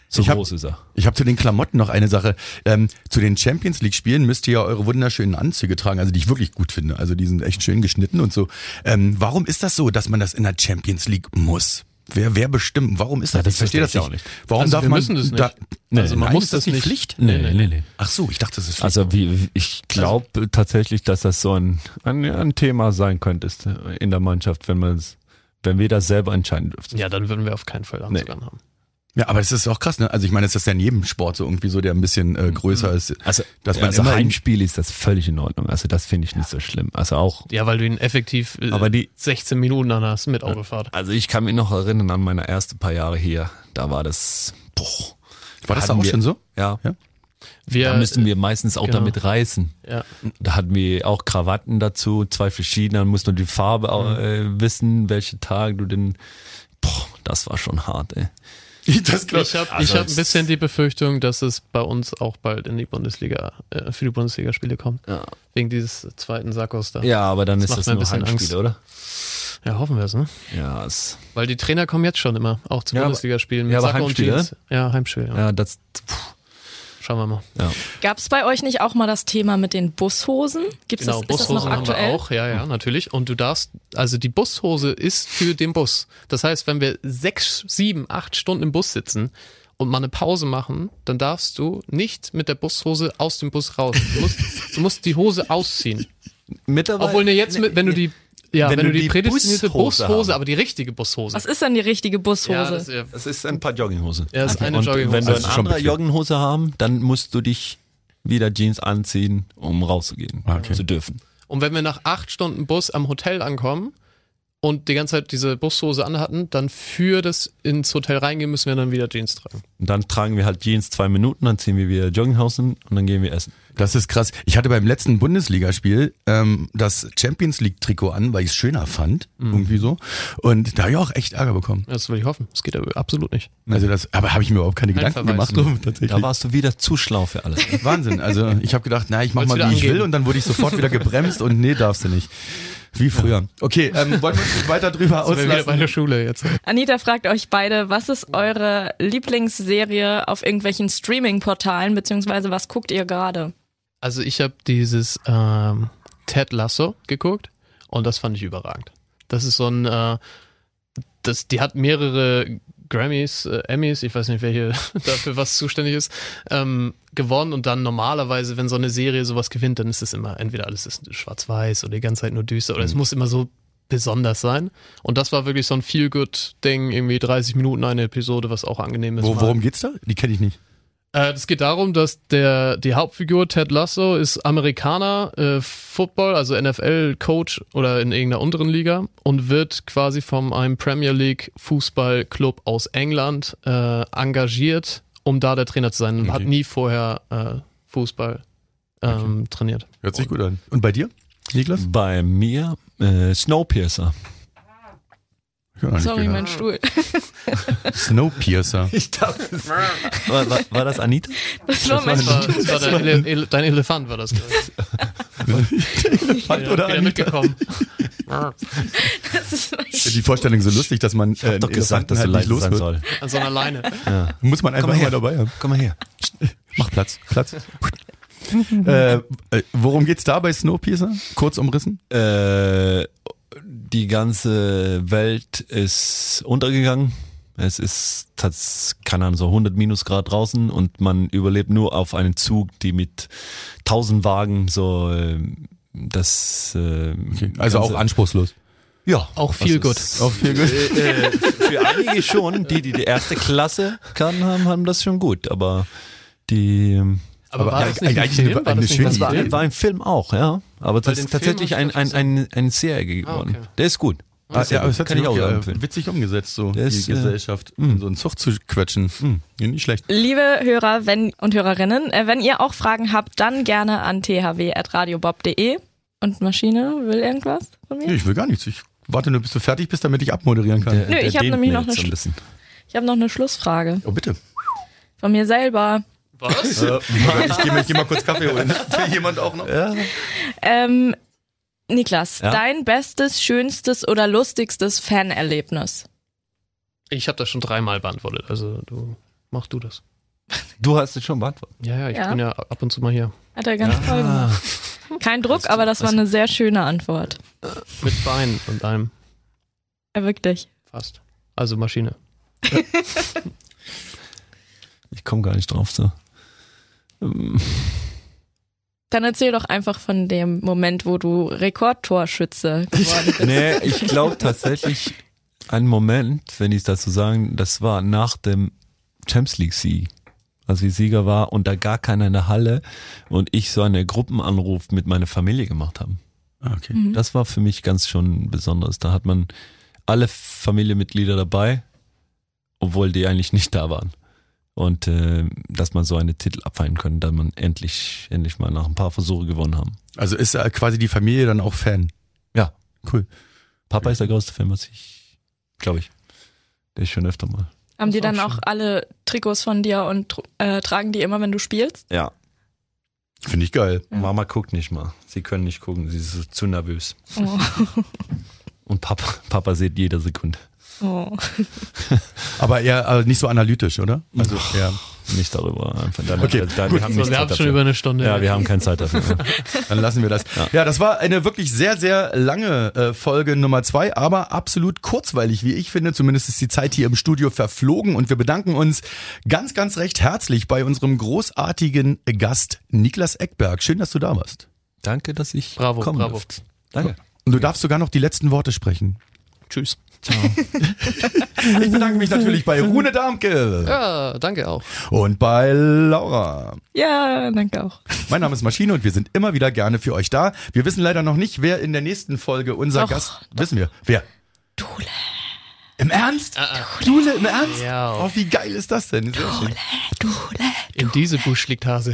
So Ich hab- groß ist er. Ich habe zu den Klamotten noch eine Sache. Ähm, zu den Champions League Spielen müsst ihr ja eure wunderschönen Anzüge tragen, also die ich wirklich gut finde. Also die sind echt schön geschnitten und so. Ähm, warum ist das so, dass man das in der Champions League muss? Wer, wer bestimmt? Warum ist das? Ja, das ich verstehe das verstehe nicht. ich Warum Also darf wir man? müssen das nicht. nee, Also man nein, muss ist das, nicht das nicht. Pflicht. Nee, nee, nee. Ach so, ich dachte, das ist Pflicht. Also wie, wie- ich glaube tatsächlich, dass das so ein, ein, ein Thema sein könnte ist, äh, in der Mannschaft, wenn man es, wenn wir das selber entscheiden dürften. Ja, dann würden wir auf keinen Fall Anzug Nee. anhaben. ja, aber das ist auch krass. Ne? Also ich meine, es ist ja in jedem Sport so irgendwie so, der ein bisschen Mhm. äh, größer ist. Also, Dass man also immer in- Heimspiel ist das völlig in Ordnung. Also das finde ich nicht so schlimm. Also auch Ja, weil du ihn effektiv äh, Aber die- 16 Minuten anhast mit Autofahrt. Also ich kann mich noch erinnern an meine ersten paar Jahre hier. Da war das, boah, War das Hatten auch wir- schon so? ja. Ja. Wir, Da müssten wir meistens auch genau. damit reißen. Ja. Da hatten wir auch Krawatten dazu, zwei verschiedene. Dann musst du die Farbe Mhm. auch, äh, wissen, welche Tage du denn. Boah, das war schon hart, ey. Das glaub- Ich habe Also ich hab es- ein bisschen die Befürchtung, dass es bei uns auch bald in die Bundesliga, äh, für die Bundesligaspiele kommt. Ja. Wegen dieses zweiten Sackos da. Ja, aber dann Das ist macht das mir ein nur bisschen Heimspiel, Angst. oder? Ja, hoffen wir es, ne? Ja, es, Weil die Trainer kommen jetzt schon immer, auch zu Ja, aber- Bundesligaspielen. ja, aber Sacco Heimspiel, und Jeans. Ja, Heimspiel. Ja. ja, das, pff, Schauen wir mal. ja. Gab's bei euch nicht auch mal das Thema mit den Bushosen? Gibt's Genau, das, ist das noch Bushosen haben wir aktuell? auch. Ja, ja, natürlich. Und du darfst, also die Bushose ist für den Bus. Das heißt, wenn wir sechs, sieben, acht Stunden im Bus sitzen und mal eine Pause machen, dann darfst du nicht mit der Bushose aus dem Bus raus. Du musst, du musst die Hose ausziehen. Mittlerweile. Obwohl, ne, jetzt, mit, wenn du die, ja, wenn, du die, prädestinierte Bushose Bushose, haben. aber die richtige Bushose. Was ist denn die richtige ja, das, Bushose? ja, Es ist ein paar Jogginghose. Ja, es ist eine und Jogginghose. Wenn du Das eine ist Also schon andere bequem. Jogginghose haben, dann musst du dich wieder Jeans anziehen, um rauszugehen Ah, zu dürfen. Und wenn wir nach acht Stunden Bus am Hotel ankommen und die ganze Zeit diese Bushose anhatten, dann für das ins Hotel reingehen müssen wir dann wieder Jeans tragen. Und dann tragen wir halt Jeans zwei Minuten, dann ziehen wir wieder Jogginghosen und dann gehen wir essen. Das ist krass. Ich hatte beim letzten Bundesligaspiel ähm, das Champions League-Trikot an, weil ich es schöner fand. Mhm. Irgendwie so. Und da habe ich auch echt Ärger bekommen. Das will ich hoffen. Das geht aber absolut nicht. Also das, aber habe ich mir überhaupt keine Gedanken Verweis gemacht drum, tatsächlich. Da warst du wieder zu schlau für alles. Wahnsinn. Also ich habe gedacht, na, ich mach Wolltest mal, wie wieder ich angeben. will und dann wurde ich sofort wieder gebremst und nee, darfst du nicht. Wie früher. Okay, ähm, wollen wir uns nicht weiter drüber Sind wir wieder bei der auslassen? Schule jetzt. Anita fragt euch beide, was ist eure Lieblingsserie auf irgendwelchen Streaming-Portalen, beziehungsweise was guckt ihr gerade? Also ich habe dieses ähm, Ted Lasso geguckt und das fand ich überragend. Das ist so ein, äh, das, die hat mehrere Grammys, äh, Emmys, ich weiß nicht, welche dafür was zuständig ist, ähm, gewonnen und dann normalerweise, wenn so eine Serie sowas gewinnt, dann ist es immer entweder alles ist schwarz-weiß oder die ganze Zeit nur düster oder es muss immer so besonders sein. Und das war wirklich so ein Feel-Good-Ding, irgendwie 30 Minuten eine Episode, was auch angenehm ist. Wo, mal. worum geht's da? Die kenne ich nicht. Äh, Es geht darum, dass der die Hauptfigur Ted Lasso ist Amerikaner, äh, Football, also NFL-Coach oder in irgendeiner unteren Liga und wird quasi von einem Premier League Fußballclub aus England äh, engagiert, um da der Trainer zu sein. Hat nie vorher äh, Fußball ähm, trainiert. Hört sich gut an. Oh. Und bei dir, Niklas? Bei mir äh, Snowpiercer. Ich hab noch nicht Sorry, gehört. mein Stuhl. Snowpiercer. Ich dachte, das war, war, war das Anita? Das war mein Also Das Stuhl. war, das war dein, Ele Ele dein Elefant, war das. glaub ich. Elefant oder wieder Anita? mitgekommen. Das ist mein Stuhl. Die Vorstellung ist so lustig, dass man äh, Doch einen gesagt, dass du Elefanten leise los sein wird. soll. An so einer Leine. Muss man einfach mal her. mal dabei haben. Komm mal her. Mach Platz, Platz. äh, äh, worum geht's da bei Snowpiercer? Kurz umrissen? Äh, die ganze Welt ist untergegangen. Es ist, tats- keine Ahnung, so 100 Minusgrad draußen und man überlebt nur auf einen Zug, die mit 1000 Wagen so ähm, das äh, Also auch anspruchslos. ja, Auch das viel gut. ist- Äh, äh, für einige schon, die, die die erste Klasse kann, haben, haben das schon gut, aber die ähm, Aber, war ja, das nicht eigentlich ein eine- Film? War das eine nicht schöne ein das war, Film? Idee. Äh, war ein Film auch, ja. Aber das den ist Film tatsächlich hab ein, ich ein, ein, eine Serie Ah, geworden. okay. Der ist gut. Ah, ja, aber es hat Kann sich ich auch wirklich, äh, empfehlen. witzig umgesetzt, so Der die ist, äh, Mm. Gesellschaft in so einen Zug zu quetschen. Ja, Nicht schlecht. Liebe Hörer wenn, und Hörerinnen, äh, wenn ihr auch Fragen habt, dann gerne an thw.radiobob.de. Und Maschine will irgendwas von mir? Nee, ich will gar nichts. Ich warte nur, bis du fertig bist, damit ich abmoderieren kann. Der- Nö, der ich hab dehnt nämlich mir noch jetzt eine so ein bisschen. Ich habe noch eine Schlussfrage Oh, bitte. von mir selber. Was? Äh, ich gehe geh mal kurz Kaffee holen. Will jemand auch noch? Ähm, Niklas, Ja? dein bestes, schönstes oder lustigstes Fanerlebnis? Ich habe das schon dreimal beantwortet. Also du mach du das. Du hast es schon beantwortet. Ja, ja, ich Ja. bin ja ab und zu mal hier. Hat er ganz toll gemacht. Ah, Kein Druck, aber das war eine sehr schöne Antwort. Mit Beinen und allem. Ja, wirklich. Fast. Also Maschine. ich komme gar nicht drauf. So. Ähm, Dann erzähl doch einfach von dem Moment, wo du Rekordtorschütze geworden bist. Nee, ich glaube tatsächlich, einen Moment, wenn ich es dazu sagen, das war nach dem Champions League-Sieg. Als ich Sieger war und da gar keiner in der Halle und ich so einen Gruppenanruf mit meiner Familie gemacht haben. Ah, okay. Das war für mich ganz schon besonders. Da hat man alle Familienmitglieder dabei, obwohl die eigentlich nicht da waren. Und äh, dass man so einen Titel abfeiern können, dass man endlich, endlich mal nach ein paar Versuche gewonnen haben. Also ist äh, quasi die Familie dann auch Fan. Ja. Cool. Papa ist der größte Fan, was ich, glaube ich. Der ist schon öfter mal. Haben die dann Das ist auch auch schön. alle Trikots von dir und tr- äh, tragen die immer, wenn du spielst? Ja. Finde ich geil. Mama guckt nicht mal. Sie können nicht gucken, sie ist zu nervös. Oh. Und Papa, Papa sieht jede Sekunde. Oh. Aber eher äh, nicht so analytisch, oder? Also eher. Nicht darüber. Einfach dann, Okay, dann, gut. Wir haben, So, nicht wir Zeit haben schon dafür. über eine Stunde. ja, wir haben keine Zeit dafür. Dann lassen wir das. Ja. das war eine wirklich sehr, sehr lange äh, Folge Nummer zwei, aber absolut kurzweilig, wie ich finde. Zumindest ist die Zeit hier im Studio verflogen und wir bedanken uns ganz, ganz recht herzlich bei unserem großartigen Gast Niklas Eckberg. Schön, dass du da warst. Danke, dass ich Bravo, kommen bravo. durfte. Danke. Und du darfst sogar noch die letzten Worte sprechen. Tschüss. Ich bedanke mich natürlich bei Rune Darmke Ja, danke auch. und bei Laura. Ja, danke auch. Mein Name ist Maschine und wir sind immer wieder gerne für euch da. Wir wissen leider noch nicht, wer in der nächsten Folge unser Doch, Gast. Wissen wir. Wer? Dule. Im Ernst? Dule, im Ernst? Ja. Oh, wie geil ist das denn? Sehr schön. In diese Busch liegt Hase.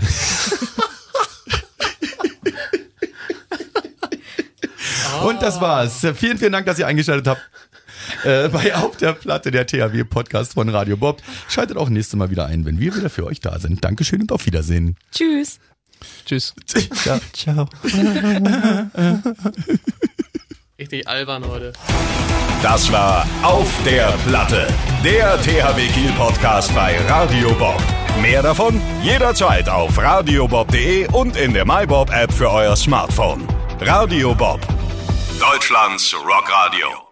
Oh. Und das war's. Vielen, vielen Dank, dass ihr eingeschaltet habt. Äh, bei Auf der Platte, der THW-Podcast von Radio Bob. Schaltet auch nächstes Mal wieder ein, wenn wir wieder für euch da sind. Dankeschön und auf Wiedersehen. Tschüss. Tschüss. Ja. Ciao. Richtig albern heute. Das war Auf der Platte, der THW Kiel Podcast bei Radio Bob. Mehr davon jederzeit auf radiobob.de und in der MyBob App für euer Smartphone. Radio Bob, Deutschlands Rockradio.